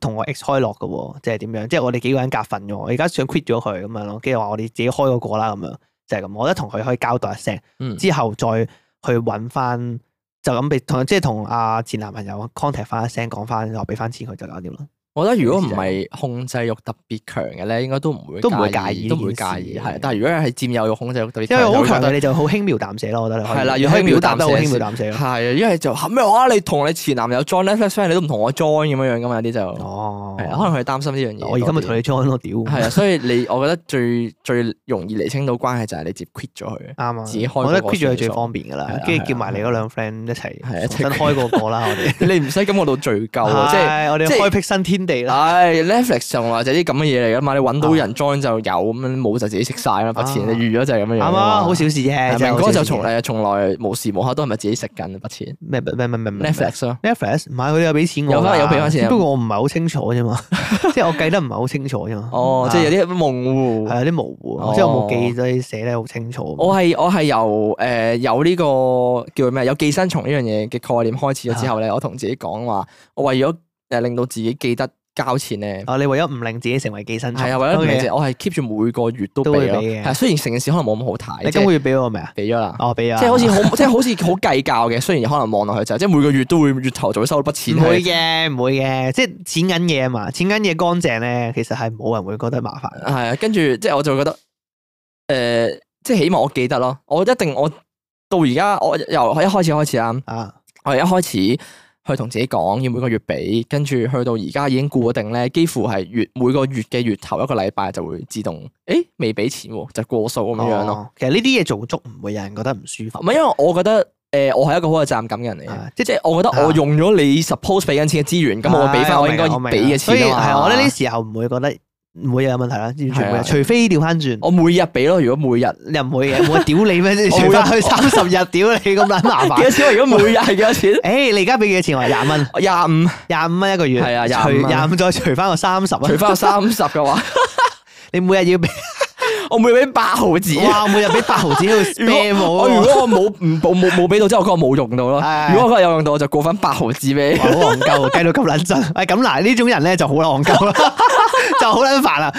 S1: 同我 ex 開落嘅喎，即係點樣？即係我哋幾個人夾份嘅喎，我而家想 quit 咗佢咁樣咯，跟住話我哋自己開嗰個啦，咁樣就係咁。我覺得同佢可以交代一聲，
S2: 嗯
S1: 之後再去揾翻，就咁俾同即係同阿前男朋友 contact 翻一聲，講翻話俾翻錢佢就搞掂啦。
S2: 我覺得如果唔係控制欲特別強嘅咧，應該都唔會
S1: 都唔會介意
S2: 都唔會
S1: 呢
S2: 介
S1: 件事
S2: 意係。但係如果係佔有欲、控制欲特別
S1: 因
S2: 強，
S1: 為好
S2: 就會
S1: 強嘅
S2: 覺
S1: 你就好輕描淡寫咯，我覺得你可以
S2: 係啦
S1: 你
S2: 要
S1: 可以
S2: 輕描
S1: 表達得好
S2: 淡寫
S1: 輕描淡寫
S2: 得
S1: 咯。
S2: 係，因為就嚇咩話？你同你前男友 join Netflix 你都唔同我 join 咁樣樣噶嘛？有啲就係啊
S1: 哦，
S2: 可能佢擔心呢樣嘢。
S1: 我而家咪同你 join 咯，屌，
S2: 係啊，所以你我覺得最最容易釐清到關係就係你直接 quit 咗佢。
S1: 啱啊！
S2: 自己開嗰個
S1: 我覺得 quit 咗係最
S2: 算數
S1: 方便噶
S2: 係
S1: 啦
S2: 啊，係
S1: 跟住
S2: 啊
S1: 叫埋你嗰兩 friend 一齊
S2: 係啊一齊
S1: 重新開個個啦， 我哋
S2: 你唔使感覺到罪疚 啊，即係。
S1: 係我哋
S2: 即係
S1: 開闢新天地啦。
S2: 唉，Netflix 就或者啲咁嘅嘢嚟噶嘛，你揾到人 join 就有，咁樣冇就自己食晒啦，筆錢
S1: 啊
S2: 你預咗就係咁樣樣㗎
S1: 啱
S2: 嘛
S1: 啊，好小事啫。
S2: 係
S1: 真係
S2: 明
S1: 好
S2: 哥
S1: 小
S2: 就
S1: 事
S2: 從
S1: 啫
S2: 誒從來無時無刻都係咪自己食緊筆錢
S1: 咩咩咩咩咩
S2: Netflix 咯，
S1: Netflix 唔係佢有俾錢我㗎，
S2: 有返有俾返錢啊
S1: 只不過我唔係好清楚啫 嘛，即係我計得唔係好清楚啫嘛。
S2: 哦，即係有啲模糊。
S1: 係有啲模糊啊，
S2: 哦
S1: 即係我冇記低寫得好清楚。
S2: 我係我係由誒有呢個叫咩有寄生蟲呢樣嘢嘅概念開始咗之後
S1: 啊
S2: 咧，我同自己講話，我為咗誒令到自己記得交錢咧。
S1: 啊，你為咗唔令自己成為寄生蟲，
S2: 係啊，為咗唔
S1: OK，
S2: 理我係 keep 住每個月都俾
S1: 都會
S2: 咯。
S1: 俾嘅
S2: 係啊雖然成件事可能冇咁好睇，
S1: 你
S2: 即
S1: 今
S2: 係
S1: 個月俾我未啊？
S2: 俾咗啦。
S1: 哦，俾啊，
S2: 即係好似 好，即係好似好計較嘅。雖然可能望落去就係即係每個月都會月頭就會收到筆錢
S1: 唔
S2: 係，
S1: 會嘅，唔會嘅，即係錢銀嘢啊嘛，錢銀嘢乾淨咧，其實係冇人會覺得麻煩。
S2: 係啊。跟住即係我就會覺得，诶、即係起碼我記得咯。我一定我到而家我由一開始開始啦，
S1: 啊，
S2: 我由一開始去同自己講要每個月俾，跟住去到而家已經固定咧，幾乎係月每個月嘅月頭一個禮拜就會自動，诶、未俾錢喎，就過數咁樣樣咯。啊
S1: 哦。其實呢啲嘢做足唔會有人覺得唔舒服
S2: 唔。係因為我覺得。誒、我係一個好有責任感嘅人嚟
S1: 啊
S2: 嘅，
S1: 即
S2: 即係我覺得我用咗你 suppose 俾緊錢嘅資源，咁我會俾翻我應該
S1: 係啊明
S2: 俾
S1: 明
S2: 嘅
S1: 所以
S2: 錢啊嘛
S1: 係，我覺得呢時候唔會覺得唔會有問題啦，完全唔
S2: 係
S1: 會
S2: 啊
S1: 有，除非調翻轉。
S2: 我每日俾咯，如果每日幾
S1: 又唔會嘅，我屌你咩？即
S2: 我
S1: 係
S2: 會啊
S1: 除翻去三十日，屌你咁撚麻 煩。
S2: 多錢啊？如果每日係幾多 錢？
S1: 誒，你而家俾幾多錢我？廿蚊，
S2: 我廿五
S1: 廿五蚊一個月。
S2: 係啊
S1: 除
S2: 25蚊
S1: 廿五再除翻個三十啊
S2: 除！翻我三十嘅話，
S1: 你每日要俾，
S2: 我每日俾八毫子。啊
S1: 哇！每日俾八毫紙喺度
S2: 如果
S1: 咩
S2: 我如
S1: 冇？
S2: 果我冇唔冇冇冇俾到，即係我嗰日冇用到咯。
S1: 係
S2: 如果我嗰日有用到，我就過翻八毫子俾你
S1: 哇。好戇鳩啊，計到咁 撚真。誒咁嗱，呢種人咧就好撚戇鳩啦，就好撚煩啦。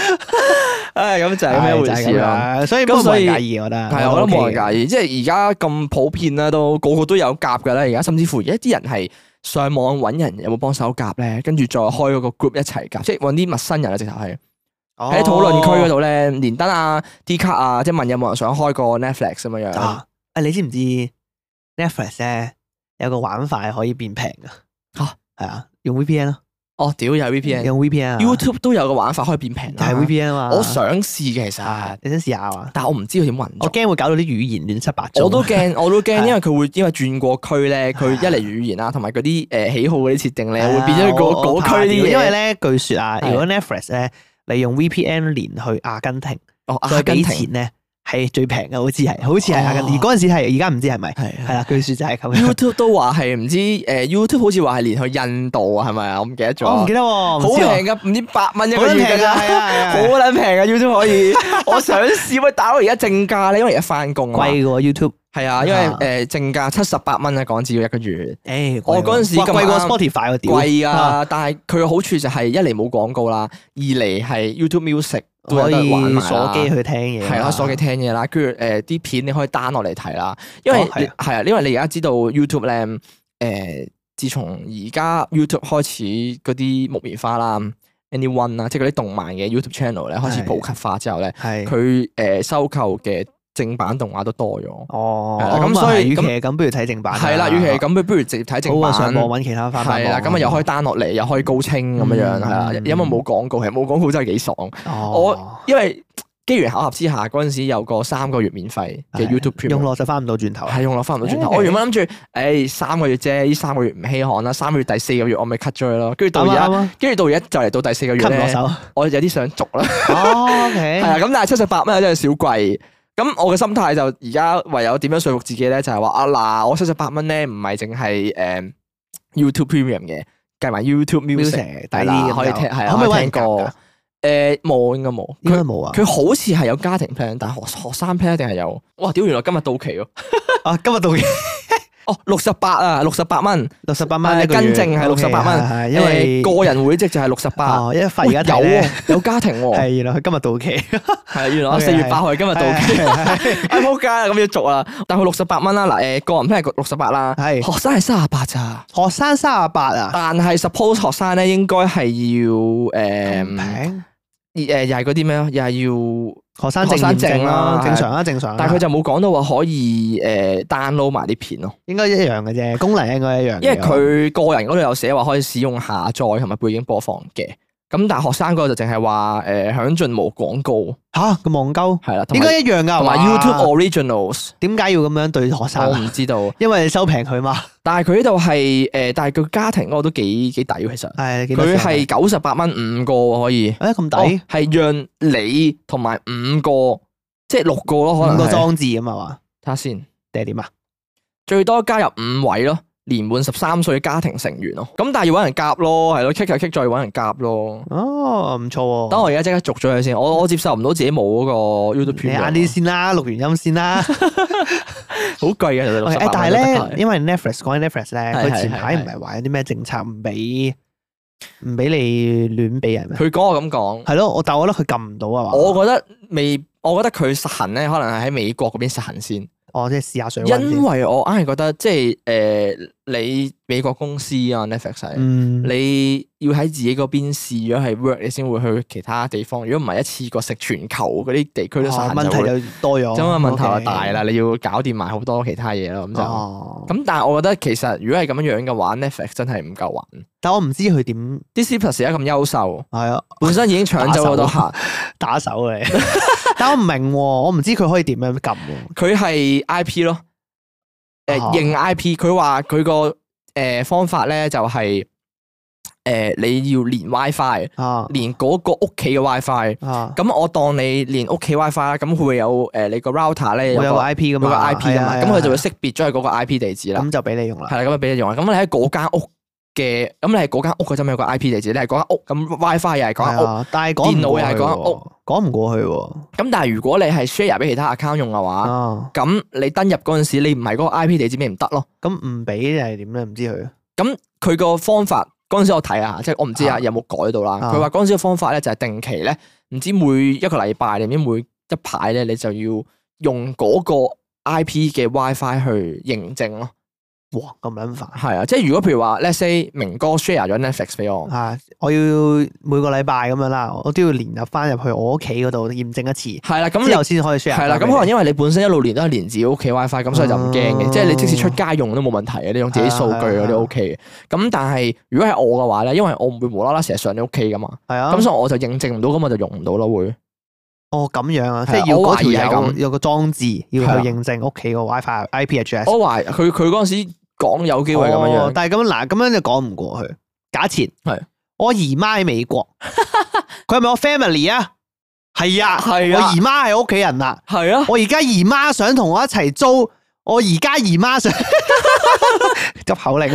S2: 唉，咁就係咁
S1: 唉
S2: 樣一
S1: 就係
S2: 回
S1: 咁
S2: 事啦。
S1: 啦。所以
S2: 咁
S1: 咁冇
S2: 所以
S1: 人介意，我覺得。
S2: 係啊，我覺得冇
S1: OK 嘅
S2: 人介意，即係而家咁普遍啦，都個個都有夾㗎啦。而家甚至乎而家啲人係上網揾人有冇幫手夾咧，跟住再開嗰個 group 一齊夾，即係揾啲陌生人啊，直頭係。
S1: 哦
S2: 喺討論區嗰度咧，連登啊、D 卡啊，即係問有冇人想開個 Netflix 咁樣樣。
S1: 啊！啊，你知唔知 Netflix 咧有個玩法係可以變平噶？
S2: 嚇
S1: 係啊，用 VPN 咯，
S2: 哦，屌有 VPN、
S1: 用 VPN 啊
S2: YouTube 都有個玩法可以變平
S1: 就
S2: 啦。
S1: 係 VPN 啊嘛。
S2: 我想試嘅其實，
S1: 你想試下啊？
S2: 但我唔知佢點運
S1: 我
S2: 作。
S1: 驚會搞到啲語言亂七八糟。
S2: 我都 驚，我都
S1: 係啊啊
S2: 驚，因為佢會因為轉過區咧，佢一嚟語言啊啦，同埋嗰啲誒喜好嗰啲設定
S1: 你
S2: 咧，會變咗嗰嗰區啲嘢。
S1: 因為咧，據說啊，
S2: 係
S1: 如果 Netflix 咧，你用 VPN 連去阿根廷，
S2: 哦，阿
S1: 再
S2: 根
S1: 俾
S2: 廷
S1: 錢咧係最平嘅，好似係，好似係阿根廷。
S2: 哦
S1: 而嗰陣時係，而家唔知係咪啊
S2: 係
S1: 係啦。據說就係咁樣。
S2: YouTube 都話係唔知誒 YouTube 好似話係連去印度啊，係咪啊？我唔記得咗。
S1: 我唔記得喎，
S2: 好
S1: 好
S2: 平㗎，唔知八蚊一
S1: 好
S2: 個月
S1: 平
S2: 㗎
S1: 啊！
S2: 咋。
S1: 係啊係啊
S2: 好撚平啊 YouTube 可 以，我想試喂，大佬而家正價咧，因為而家翻工啊嘛，
S1: 貴嘅喎 YouTube。
S2: 係啊，因為
S1: 啊
S2: 誒正價七十八蚊啊港紙要一個月，
S1: 誒，
S2: 啊我嗰陣時
S1: 哇
S2: 咁
S1: 啊貴過
S2: 啱
S1: Spotify 個屌，
S2: 貴啊，但係佢嘅好處就係一嚟冇廣告啦，二嚟係 YouTube Music 都有
S1: 可
S2: 得玩
S1: 以
S2: 埋
S1: 鎖
S2: 啦
S1: 機。去聽嘢啊，
S2: 係啦，鎖機聽嘢啦，跟住誒啲片你可以 down 落嚟睇啦，因為
S1: 哦係
S2: 係啊，因為你而家知道 YouTube 咧，誒、自從而家 YouTube 開始嗰啲木棉花啦、Anyone 啦，即係嗰啲動漫嘅 YouTube channel 咧開始
S1: 係
S2: 普及化之後咧。
S1: 係
S2: 佢誒收購嘅正版動畫都多咗。
S1: 哦，
S2: 係啦咁
S1: 咁所
S2: 所以
S1: 以與其
S2: 咁
S1: 係咁，不如睇正版啦。
S2: 係啦，與其係咁，不如直接睇正
S1: 啊好啊，
S2: 版。
S1: 上網揾其他翻版
S2: 係啦，咁啊又可以 down 落嚟，又可以高清咁樣樣，
S1: 嗯
S2: 係啦，因為冇廣告，係冇廣告真係幾爽。
S1: 我
S2: 因為機緣巧合之下，嗰陣時有個三個月免費嘅 YouTube
S1: 啊用
S2: Premium。
S1: 落就哦翻唔到轉頭啦。
S2: 係用落翻唔到轉頭，
S1: Okay
S2: 我原本諗住，誒三個月啫，呢三個月唔稀罕啦，三個月第四個月我咪 cut 咗佢咯，跟住到而
S1: 啱
S2: 家，
S1: 啊
S2: 跟住到而家就嚟到第四個
S1: 啱
S2: 月
S1: 啊，吸唔落手
S2: 咧，。我有啲想續 啦。
S1: 哦，OK，
S2: 係啊，咁但係七十八蚊真係少貴。咁我嘅心態就而家唯有點樣說服自己咧，就係話啊嗱，我七十八蚊咧唔係淨係誒 YouTube Premium 嘅，計埋 YouTube Music
S1: music
S2: 係
S1: 抵
S2: 啦
S1: 啲
S2: 可以聽係啊
S1: 可唔可以揾
S2: 可以聽
S1: 人
S2: 歌
S1: 夾㗎？
S2: 誒冇應該冇，
S1: 應該
S2: 佢
S1: 冇啊。
S2: 佢好似係有家庭 plan，但係學學生 plan 一定係有。哇！屌，原來今日到期喎，
S1: 啊，今日到期，
S2: 哦，六十八啊，六十八蚊，
S1: 六十八蚊
S2: 誒
S1: 一個月
S2: 跟正係
S1: OK，
S2: 68蚊
S1: 係係因為
S2: 誒個人會籍就係六十八。
S1: 哦，因為發
S2: 喂
S1: 而家睇
S2: 有
S1: 咧
S2: 喎，有家庭喎，
S1: 係原來佢今日到期，
S2: 係啊，原來
S1: OK，
S2: 四月
S1: 係
S2: 八號係今日到期， 啊仆街啦，咁要續啦。但佢六十八蚊啦，嗱誒個人 plan 係六十八啦，
S1: 係
S2: 學生係三十八咋，
S1: 學生三十八啊，
S2: 但係 suppose 學生咧應該係要誒
S1: 咁平
S2: 誒又係嗰啲咩咯，又係要。
S1: 學生
S2: 學生
S1: 證驗證
S2: 證
S1: 啦
S2: 啦，
S1: 正常啦，正常啦。
S2: 但係佢就冇講到話可以誒 download 埋啲片咯，
S1: 應該一樣嘅啫，功能應該一樣嘅。
S2: 因為佢個人嗰度有寫話可以使用下載同埋背景播放嘅。咁但係學生嗰度就淨係話誒享盡無廣告
S1: 吓咁戇鳩，
S2: 係啦，同
S1: 應
S2: 埋
S1: 該一樣㗎，
S2: 同埋 YouTube Originals，
S1: 點解要咁樣對學
S2: 我
S1: 生
S2: 唔
S1: 啊？
S2: 知道。
S1: 因為你收平佢嘛，
S2: 但係佢呢度係誒，但係佢家庭嗰個都幾幾抵喎其實。
S1: 係幾多
S2: 佢
S1: 錢啊啊
S2: 係九十八蚊五個喎可以，
S1: 誒咁
S2: 係
S1: 抵，
S2: 係讓你同埋五個，即係六個咯，哦可能
S1: 五個
S2: 係
S1: 裝置咁啊嘛，
S2: 睇下先。
S1: 定係點啊？
S2: 最多加入五位咯，年滿十三歲嘅家庭成員咯。咁但係要揾人夾咯，係咯，kick 就 kick，再揾人夾咯。
S1: 哦，唔錯喎。
S2: 等我而家即刻續咗佢先，我我接受唔到自己冇嗰個 YouTube 片，
S1: 你啊
S2: 啊
S1: 晏啲先啦，錄完音 先啦。
S2: 好貴嘅，其實68
S1: OK，誒
S2: 蚊
S1: 但係
S2: 都
S1: 咧
S2: 得，
S1: 因為 Netflix 講起 Netflix
S2: 係
S1: 咧，佢
S2: 係
S1: 前排
S2: 係
S1: 唔係話有啲咩政策唔俾唔俾你亂俾人咩？
S2: 佢講我咁講，
S1: 係咯，我但我覺得佢撳唔到啊嘛。
S2: 我覺得未，我覺得佢實行咧，可能係喺美國嗰邊實行先，
S1: 哦我即係試下水溫
S2: 因
S1: 先。
S2: 為我硬係覺得即係誒、你美國公司啊 Netflix 係
S1: 嗯，
S2: 你要喺自己嗰邊試咗係 work，你先會去其他地方。如果唔係一次過食全球嗰啲地區都實
S1: 哦
S2: 行
S1: 問
S2: 就會
S1: 題就多咗。
S2: 咁啊問題就
S1: 哦 OK
S2: 大啦，。你要搞掂埋好多其他嘢咯，咁就
S1: 哦，咁
S2: 咁。但係我覺得其實如果係咁樣樣嘅話，Netflix 真係唔夠玩。
S1: 但我唔知佢點
S2: Disney Plus 而家咁優秀，
S1: 係啊
S2: 本身已經搶走好 多客，
S1: 打手嚟。 但我唔明喎，我唔知佢可以點樣撳喎。
S2: 佢係 IP 咯，誒
S1: 啊
S2: 認 IP。佢話佢個誒方法咧就係誒你要連 WiFi，
S1: 啊
S2: 連嗰個屋企嘅 WiFi。
S1: 啊，
S2: 咁我當你連屋企 WiFi 啦，咁佢會有誒你個 router 咧有
S1: 我有個
S2: 個
S1: IP 噶
S2: 有
S1: 嘛
S2: 個 IP
S1: 係
S2: 噶
S1: 啊
S2: 嘛，
S1: 係啊
S2: 咁佢就
S1: 係
S2: 會
S1: 啊
S2: 識別咗係嗰個 IP 地址啦。
S1: 咁就俾你用啦。
S2: 係啦，咁啊俾你用啦。咁你喺嗰間屋嘅，咁你係嗰間屋嘅啫嘛，有個 I P 地址，你係嗰間屋，咁 WiFi 又係嗰間
S1: 係
S2: 屋。
S1: 啊，但係講
S2: 電
S1: 唔
S2: 腦
S1: 過
S2: 又係
S1: 去
S2: 講哦緊
S1: 喎，講唔過去喎。
S2: 咁但係如果你係 share 俾其他 account 用嘅話，
S1: 啊，
S2: 咁你登入嗰陣時，你唔係嗰個 I P 地址咪唔得咯？
S1: 咁唔俾你係點咧？唔知佢
S2: 咁佢個方法嗰陣時我睇啊，即係我唔知
S1: 啊
S2: 啊有冇改到啦。
S1: 啊
S2: 佢話嗰陣時嘅方法咧就係定期咧，唔知每一個禮拜定唔知每一排咧，你就要用嗰個 I P 嘅 WiFi 去認證咯。
S1: 哇咁撚煩
S2: 係啊，即係如果譬如話，let's say 明哥 share 咗 Netflix 俾我，
S1: 啊！我要每個禮拜咁樣啦，我都要連入翻入去我屋企嗰度驗證一次，
S2: 係啦，咁你
S1: 之後先可以 share
S2: 係
S1: 返
S2: 啦，
S1: 俾
S2: 咁
S1: 你。
S2: 可能因為你本身一路連都係連自己屋企 WiFi，咁所以就唔驚
S1: 嗯
S2: 嘅，即係你即使出街用都冇問題嘅，你用自己數據嗰
S1: 係啊係啊
S2: 啲 OK 嘅。咁但係如果係我嘅話咧，因為我唔會無啦啦成日上你屋企噶嘛，
S1: 係啊，
S2: 咁所以我就認證唔到，咁我就用唔到咯會。
S1: 哦咁樣啊，即
S2: 係
S1: 係
S2: 啊
S1: 要
S2: 我
S1: 嗰
S2: 懷疑係
S1: 條友
S2: 咁
S1: 有個裝置要
S2: 係啊
S1: 去認證屋企個 WiFi IP address。
S2: 我懷疑佢佢嗰陣時講有機會咁樣
S1: 哦
S2: 樣，
S1: 但係咁嗱，咁樣就講唔過去。假設
S2: 係
S1: 我姨媽喺美 國，佢係咪我 family 啊？係啊，
S2: 係啊
S1: 我姨媽係屋企人啦。
S2: 係啊，
S1: 我而家姨媽想同我一齊租，我而家姨媽想 執口令，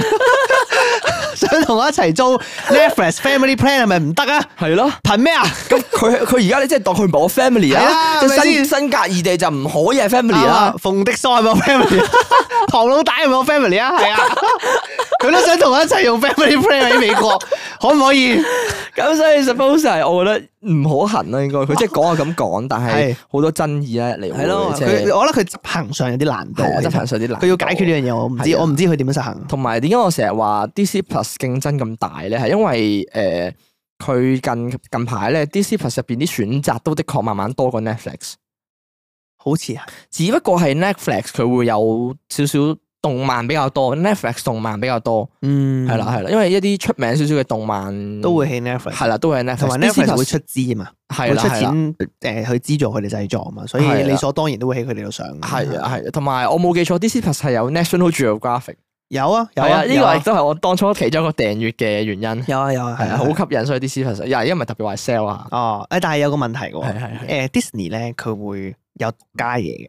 S1: 想同我一齊租 Netflix Family Plan 係咪唔得啊？
S2: 係咯。
S1: 憑咩啊？
S2: 咁佢佢而家你即係當佢唔係我 family
S1: 係啊
S2: 啦，即係
S1: 係咪
S2: 身
S1: 先
S2: 身隔異地就唔可以係 family 啦
S1: 啊。馮迪桑係咪我 family？唐老大係咪我 family 啊？係啊，佢都想同我一齊用 Family Plan 喺美國，可唔可以？
S2: 咁所以 suppose 係我覺得唔可行啦，應該佢即係講係咁講，但係
S1: 係
S2: 好多爭議咧嚟
S1: 係咯，
S2: 會即
S1: 佢
S2: 係
S1: 我覺得佢執行上有啲難度，
S2: 係啊執行
S1: 其
S2: 上
S1: 實
S2: 啲難
S1: 佢要解決
S2: 度
S1: 呢樣嘢，我唔知，
S2: 係啊
S1: 我唔知佢點樣實行。
S2: 同埋點解我成日話 DC Plus 競爭咁大咧？係因為誒佢、近近排咧 DC Plus 入邊啲選擇都的確慢慢多過 Netflix，
S1: 好似係
S2: 只不過係 Netflix 佢會有少少動漫比較多，Netflix 動漫比較多，
S1: 嗯
S2: 係啦係啦，因為一啲出名少少嘅動漫
S1: 都會喺 Netflix，
S2: 嗯係啦，都會係 Netflix，
S1: 同埋
S2: DC
S1: Netflix
S2: Plus
S1: 會出資啊嘛，會
S2: 係啦
S1: 出
S2: 係啦。
S1: 錢誒去資助佢哋製作啊嘛，所
S2: 係
S1: 以
S2: 啦
S1: 理所當然都會喺佢哋度上。
S2: 係啊，係啊，同埋我冇記錯，DC Plus 係有 National Geographic，
S1: 有啊有
S2: 係
S1: 啊，
S2: 啊，呢
S1: 有
S2: 個
S1: 啊
S2: 亦都係我當初其中一個訂閱嘅原因，
S1: 有啊有啊，
S2: 係啊，好吸引，所以 DC Plus 又係因為特別話 sell 啊，
S1: 哦，誒，但係有個問題
S2: 係
S1: 喎，
S2: 係係
S1: 誒 Disney 咧佢會有獨家嘢嘅，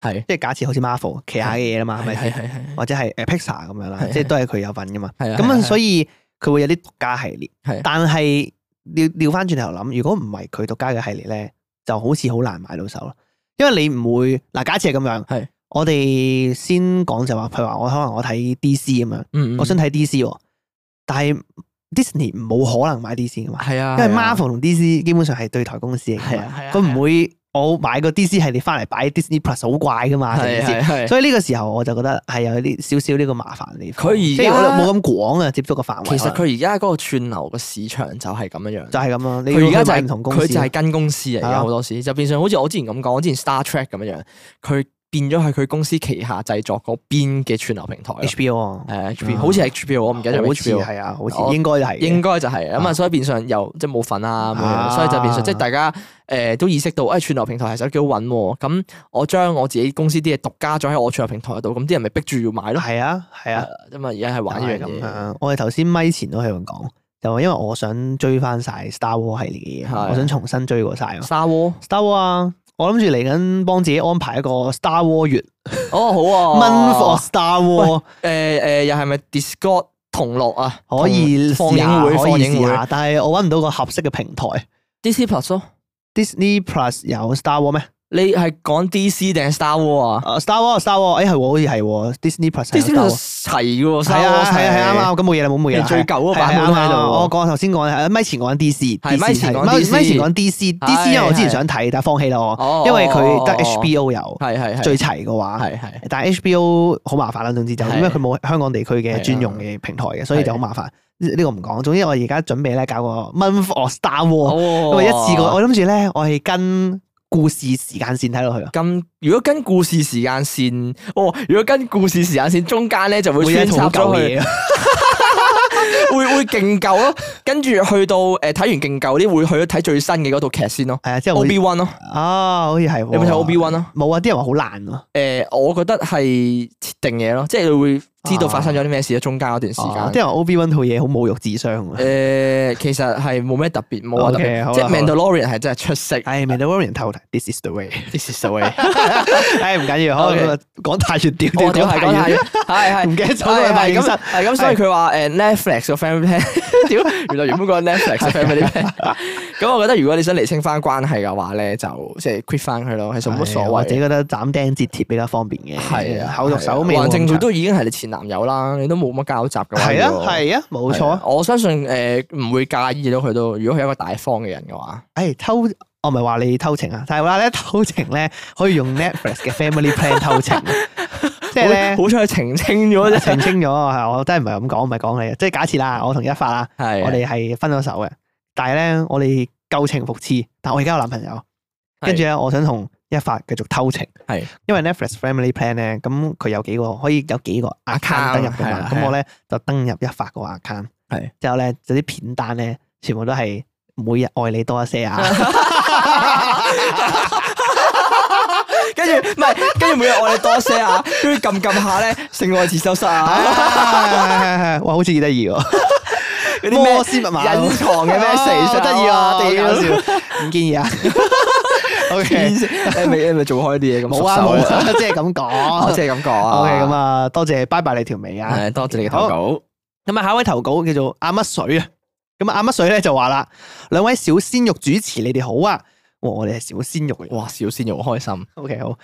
S2: 係
S1: 即係假設好似 Marvel 旗下嘅嘢啦嘛，係咪
S2: 係
S1: 先？
S2: 係係
S1: 或者係誒 Pixar 咁樣啦
S2: 係，係
S1: 即係都係佢有份噶嘛。
S2: 係啊，
S1: 咁啊，所
S2: 以
S1: 以佢會有啲獨家系列
S2: 係，
S1: 但係調調翻轉頭諗，如果唔係佢獨家嘅系列咧，就好似好難買到手咯。因為你唔會嗱，假設係咁樣，
S2: 係
S1: 我哋先講就話，譬如話我可能我睇 DC 咁樣，
S2: 嗯，
S1: 我想睇 DC，喎但係 Disney 冇可能買 DC 噶嘛，
S2: 系啊，
S1: 因為
S2: 係啊
S1: Marvel 同 DC 基本上係對台公司嚟㗎
S2: 係啊係
S1: 嘛，
S2: 啊
S1: 佢唔會我買個 DC 系列翻嚟擺 Disney Plus 好怪噶嘛，成件事。
S2: 係係係。
S1: 所以呢個時候我就覺得係有啲少少呢個麻煩地方，
S2: 佢而
S1: 即
S2: 家
S1: 係我覺得冇咁廣啊，接觸嘅範圍。
S2: 其實佢而家嗰個串流嘅市場就係咁樣樣。
S1: 就係咁啦，你
S2: 佢而家
S1: 要
S2: 就
S1: 去
S2: 係
S1: 買唔同公
S2: 佢
S1: 司
S2: 就係跟公司嚟
S1: 係啊
S2: 嘅，好多時就變相好似我之前咁講，我之前 Star Trek 咁樣樣，佢變咗係佢公司旗下製作嗰邊嘅串流平台啦。
S1: HBO 啊，
S2: 誒 HBO 好似係 HBO，我唔記得咗
S1: 好似
S2: HBO，
S1: 係啊，好似
S2: 我
S1: 應該係嘅
S2: 應該就係咁
S1: 啊
S2: 啊，所以變相又即係冇份啦咁
S1: 啊
S2: 樣，所以就變相即係大家誒都意識到，誒串流平台其實都幾好揾喎，咁我將我自己公司啲嘢獨家咗喺我串流平台度，咁啲人咪逼住要買咯，
S1: 係啊係啊，
S2: 誒咁啊而家係玩呢樣
S1: 就係咁啊
S2: 嘢，
S1: 樣。我哋頭先咪前都喺度講，就話因為我想追翻晒 Star War 系列嘅
S2: 係
S1: 嘢，我想重新追過晒啊
S2: 沙窩
S1: Star War 啊。我諗住嚟緊幫自己安排一個 Star War 月
S2: 哦
S1: Month
S2: 好
S1: for
S2: 啊，
S1: Star War，
S2: 誒誒又係咪 Discord 同樂啊？
S1: 可以
S2: 放
S1: 試下
S2: 映會
S1: 可
S2: 放
S1: 以
S2: 映
S1: 試
S2: 會
S1: 下，但係我搵唔到個合適嘅平台。
S2: DC Plus 咯，
S1: Disney Plus 有 Star War 咩？
S2: 你係講 DC 定係 Star War 啊
S1: 啊 Star War，Star War，哎係喎，好似係喎 Disney Plus 係有
S2: ？DC
S1: Star War
S2: Plus 齊嘅喎，
S1: 係啊係啊係啊啱啱，咁冇嘢啦，冇冇嘢啦。
S2: 你最舊嗰個版本
S1: 係啊
S2: 喺度
S1: 啱啱
S2: 喎
S1: 我講頭先講係啊咪前講 DC，
S2: 係咪前講 DC
S1: 咪前講 DC，DC 因為我之前想睇，但係放棄啦我，
S2: 哦
S1: 因為佢得
S2: 哦哦
S1: HBO 有
S2: 係係係
S1: 啊最齊嘅話。
S2: 係係
S1: 但係 HBO 好麻煩啦，總之就
S2: 係
S1: 因為佢冇香港地區
S2: 係
S1: 嘅
S2: 啊
S1: 專用嘅平台嘅，所以就好麻煩。呢呢個唔講，總之我而家準備咧搞個 Month of Star War，
S2: 哦
S1: 因啊為一次過，我諗住咧我係跟故事時間線睇落去啊。
S2: 咁如果跟故事時間線，哦，如果跟故事時間線中間咧就會
S1: 每一
S2: 穿
S1: 套
S2: 插咗
S1: 舊
S2: 去，
S1: 嘢啊，
S2: 會會勁舊咯，跟住去到誒睇完勁舊啲，會去睇最新嘅嗰套劇先咯
S1: 係啊，即係會
S2: OB One 咯，
S1: 啊，好似係喎
S2: 你有冇睇 OB One 啊？
S1: 冇啊，啲人話好爛喎。
S2: 誒，我覺得係設定嘢咯，即係你會知道發生咗啲咩事咯，中間嗰段時
S1: 哦
S2: 間
S1: 啲。人 O B One 套嘢好侮辱智商啊！
S2: 誒，其實係冇咩特別，冇話特
S1: OK，好
S2: 別，
S1: 啦
S2: 即係
S1: 好啦
S2: Mandalorian 係真係出色。
S1: 唉 m a n d a l o r i a n 透題，This is the way。
S2: This is the way。
S1: 唉，唔緊要，好
S2: OK
S1: 咁啊講太遠屌
S2: 我
S1: 屌
S2: 屌
S1: 講
S2: 係
S1: 太
S2: 講太
S1: 遠，
S2: 係係
S1: 唔記得咗
S2: 係
S1: 係
S2: 係
S1: 咁
S2: 咁啊係咁，所以佢話誒 Netflix 個 family plan，屌 原來原本個 Netflix 個 family plan。咁我覺得如果你想釐清翻關係嘅話咧，就即係 quit 翻佢咯，其實冇乜所
S1: 係啊我自己
S2: 謂。
S1: 覺得斬釘截鐵比較方便嘅，
S2: 係啊，
S1: 口
S2: 係
S1: 肉
S2: 啊
S1: 手尾冇
S2: 還
S1: 咁
S2: 正
S1: 長。
S2: 佢都已經係你前男友啦，你都冇乜交集嘅話。
S1: 係啊
S2: 如果，
S1: 係啊，冇錯
S2: 係啊
S1: 啊。
S2: 我相信誒唔會介意到佢都，如果佢係一個大方嘅人嘅話，
S1: 唉，偷我唔係話你偷情啊，但係話咧偷情咧可以用 Netflix 嘅 Family Plan 偷情，啊 即係咧
S2: 好好彩佢澄清咗啫。
S1: 澄清咗係啊我真係唔係咁講，唔係講你，即係假設啦，我同一發啦。
S2: 係啊
S1: 我哋係分咗手嘅，但係咧我哋舊情復熾，但我而家有男朋友，
S2: 係
S1: 跟住咧我想同一發繼續偷情，
S2: 係
S1: 因為 Netflix Family Plan 咧，咁佢有幾個可以有幾個
S2: Account，
S1: account 登入噶
S2: 係啊
S1: 嘛，
S2: 啦
S1: 咁
S2: 係
S1: 我咧就登入一發個 account，
S2: 係
S1: 之後咧就啲片單咧全部都係每日愛你多一些啊，
S2: 跟住唔係，跟住每日我哋多些啊，跟住撳撳下咧，性愛自修室啊，
S1: 哇好似幾得意喎，
S2: 嗰啲咩
S1: 摩斯密碼啊
S2: 隱藏嘅 message
S1: 啊得意啊，
S2: 哇哦
S1: 屌
S2: 搞笑
S1: 唔建議啊，OK
S2: 黐 線你咪你咪做開啲嘢咁
S1: 冇啊
S2: 熟手
S1: 冇啊， 即係咁講，
S2: 我即係咁講啊
S1: O K，咁啊，多謝，拜拜你條尾啊！
S2: 係多謝你嘅投稿，
S1: 咁啊，下一位投稿叫做阿乜水啊，咁啊，阿乜水咧就話啦，兩位小鮮肉主持，你哋好啊！哇我哋係小鮮肉嚟
S2: 哇，小鮮肉好開心，
S1: ，O K 好。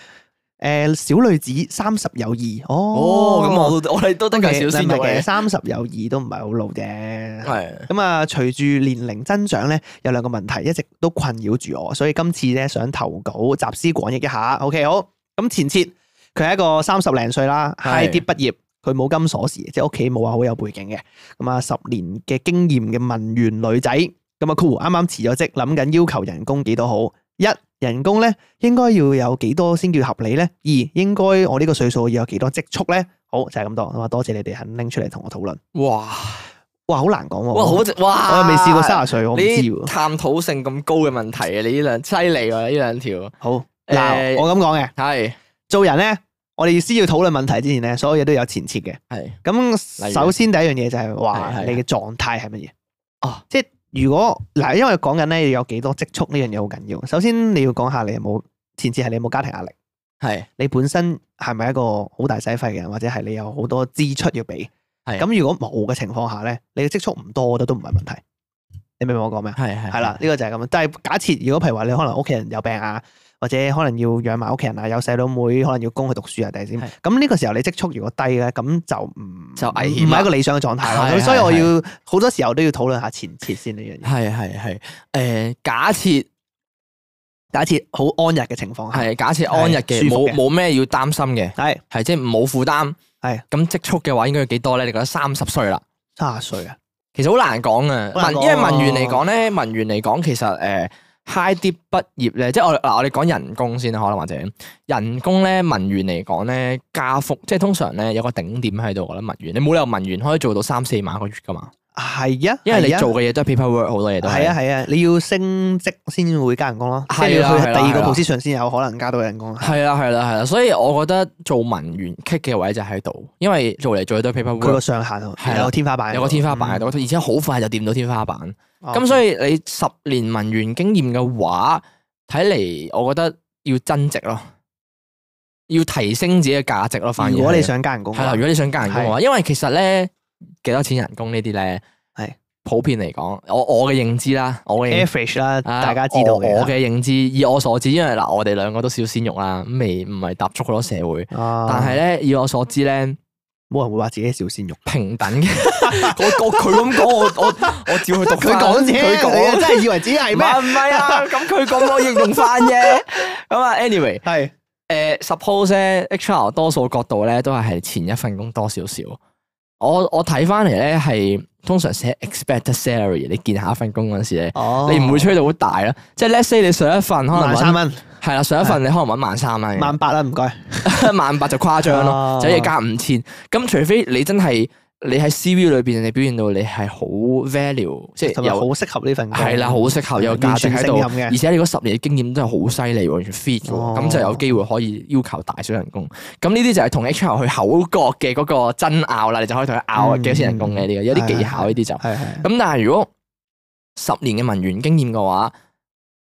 S1: 誒，小女子三十有二，哦
S2: 哦，，咁我都我哋都得㗎小鮮肉嚟，
S1: 三十有二都唔係好老啫。
S2: 係
S1: 咁啊，隨住年齡增長咧，有兩個問題一直都困擾住我，所以今次咧想投稿集思廣益一下。OK，好。咁前設佢係一個三十零歲啦
S2: 係
S1: ，high 啲畢業，佢冇金鎖匙，即係屋企冇話好有背景嘅。咁啊，十年嘅經驗嘅文員女仔，咁啊，cool，啱啱辭咗職，諗緊要求人工幾多好。一人工咧應該要有幾多先叫合理咧？二應該我呢個歲數要有幾多積蓄咧？好就係咁多，咁啊多謝你哋肯拎出嚟同我討論。
S2: 哇
S1: 哇，好難講喎！
S2: 哇好哇，
S1: 我又未試過
S2: 生，
S1: 三十歲，我唔知
S2: 啊你
S1: 喎。
S2: 探討性咁高嘅問題啊，你呢兩犀利喎，呢兩條
S1: 好嗱，
S2: 誒
S1: 我咁講嘅，
S2: 係
S1: 做人咧，我哋先要討論問題之前咧，所有嘢都有前設嘅。
S2: 係
S1: 咁
S2: 如
S1: 首先第一樣嘢就係話
S2: 係係
S1: 你嘅狀態係乜嘢？
S2: 哦，
S1: 即係如果嗱，因為講緊咧你有幾多積蓄呢樣嘢好緊要。首先你要講下你有冇前設係你有冇家庭壓力，
S2: 係
S1: 你本身係咪一個好大使費嘅人，或者係你有好多支出要俾？
S2: 係
S1: 咁如果冇嘅情況下咧，你嘅積蓄唔多，我覺得都唔係問題。你明唔明我講咩啊？
S2: 係係嗯
S1: 係啦，呢個就係咁樣。但係假設如果譬如話你可能屋企人有病啊，或者可能要養埋屋企人啊，有細佬妹，可能要供佢讀書啊，定係點？咁呢個時候你積蓄如果低咧，咁就唔
S2: 就危險
S1: 唔
S2: 啦
S1: 係一個理想嘅狀態咯。
S2: 係
S1: 咁所以
S2: 係
S1: 我要好多時候都要討論下前設先呢樣嘢。
S2: 係係係，诶，假設
S1: 假設好安逸嘅情況下，
S2: 係假設安逸嘅，
S1: 係舒服
S2: 冇
S1: 嘅
S2: 冇咩要擔心嘅，
S1: 係
S2: 係即係冇負擔。
S1: 係
S2: 咁積蓄嘅話，應該要幾多咧？你覺得三十歲啦，
S1: 卅歲啊，
S2: 其實好難講啊。
S1: 好難
S2: 文
S1: 講
S2: 因為文員嚟講咧，文員嚟講其實诶 high 啲畢業咧，即係我哋嗱我哋講人工先啦，可能或者人工咧，文員嚟講咧加幅，即係通常咧有個頂點喺度㗎啦。文員你冇理由文員可以做到三四萬一個月㗎嘛，
S1: 係啊，
S2: 因為你
S1: 係啊
S2: 做嘅嘢都係 paperwork 好多嘢都
S1: 係啊係啊，你要升職先會加人工咯，即係你
S2: 係啦
S1: 要去
S2: 係
S1: 第
S2: 啦
S1: 二
S2: 係啦
S1: 個 position 先有可能加到人工。啊
S2: 係啦，係啦，係啦，所以我覺得做文員棘嘅位就喺度，因為做嚟做去都係
S1: 佢個嗯
S2: paperwork，
S1: 上限啊嗯
S2: 係啦
S1: 有個天花板喺度，
S2: 有個天花板喺度，而且好快就掂到天花板。咁所
S1: 以
S2: 以你十年文員經驗嘅話，睇嚟我覺得要增值咯，要提升自己嘅價值咯。反而
S1: 如果你
S2: 係啊
S1: 想加人工嘅
S2: 係
S1: 話，
S2: 啦，如果你想加人工嘅話，因為其實咧幾多錢人工呢啲咧，
S1: 係
S2: 普遍嚟講，我我嘅認知啦，我嘅認
S1: average 啦，
S2: 啊
S1: 大家知道
S2: 我我
S1: 嘅
S2: 嘅認知，以我所知，因為嗱，我哋兩個都小鮮肉啦，未唔係踏足好多社會。
S1: 啦。
S2: 但係
S1: 咧，
S2: 咧，以我所知咧，
S1: 冇人會話自己小鮮肉。
S2: 平等嘅， 我我佢咁講，我我我照佢讀返佢
S1: 佢
S2: 講
S1: 講，真係以為自己係
S2: 唔係唔係 啊，咁佢咁我應用翻啫。咁啊，anyway，
S1: 係
S2: 誒，suppose 咧，HR 多數角度咧都係係前一份工多少少。我我睇翻嚟咧係通常寫 expected salary，你見下一份工嗰陣時咧，
S1: 哦
S2: 你唔會吹到好大啦。即係 let's say 你上一份可能
S1: 萬三
S2: 揾
S1: 蚊，
S2: 係啦，上一份你可能揾萬三蚊嘅，
S1: 萬八啦，唔該。
S2: 萬八就誇張咯
S1: 啊，
S2: 就一日加五千。咁除非你真係你喺 CV 裏邊，你表現到你係好 value，即係
S1: 同埋好
S2: 有
S1: 適合呢份工。嗯
S2: 係啦，好適合有價值喺度，
S1: 完全勝任
S2: 而
S1: 嘅
S2: 且你嗰十年嘅經驗真係好犀利喎，完全 fit 嘅
S1: 哦
S2: 喎，咁就有機會可以要求大小人工。咁呢啲就係同 HR 去口角嘅嗰個爭拗啦，你就可以同佢拗
S1: 嗯
S2: 幾多錢人工嘅呢個，有啲技巧呢啲就。咁
S1: 係係
S2: 但係如果十年嘅文員經驗嘅話，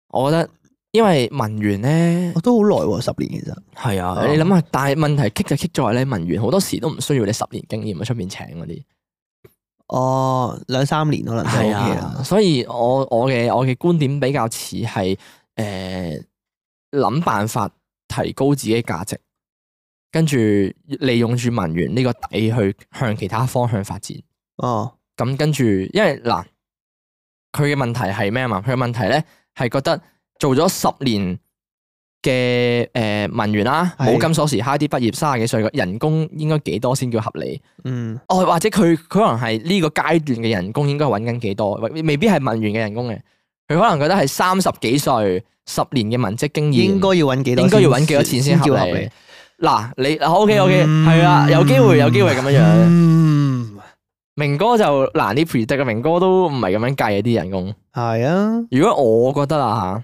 S2: 我覺得因為文員咧
S1: 我。都好耐喎，十年其實。
S2: 係啊，
S1: 哦
S2: 你諗下，但係問題棘就棘在咧，文員好多時都唔需要你十年經驗喺啊出面請嗰啲，
S1: 哦，兩三年可能就
S2: 啊
S1: OK 啊啦。
S2: 所以我我嘅我嘅觀點比較似係誒諗辦法提高自己價值，跟住利用住文員呢個底去向其他方向發展。
S1: 哦，
S2: 咁跟住，因為嗱，佢嘅問題係咩啊嘛？佢嘅問題咧係覺得做咗十年嘅誒、呃文員啦，
S1: 係
S2: 冇金鎖匙，high 啲畢業，三十幾歲，人工應該幾多先叫合理？
S1: 嗯，
S2: 哦，或者佢佢可能係呢個階段嘅人工應該揾緊幾多？未未必係文員嘅人工嘅，佢可能覺得係三十幾歲，十年嘅文職經驗
S1: 應該要揾幾多？
S2: 應該要揾幾多錢先
S1: 叫
S2: 合
S1: 合
S2: 理
S1: 理？？
S2: 嗱，你 OK OK，係啊，有機會有機會咁樣樣。
S1: 嗯，
S2: 明哥就難啲 predict 嘅，明哥都唔係咁樣計嘅啲人工。
S1: 係啊，
S2: 如果我覺得啊吓，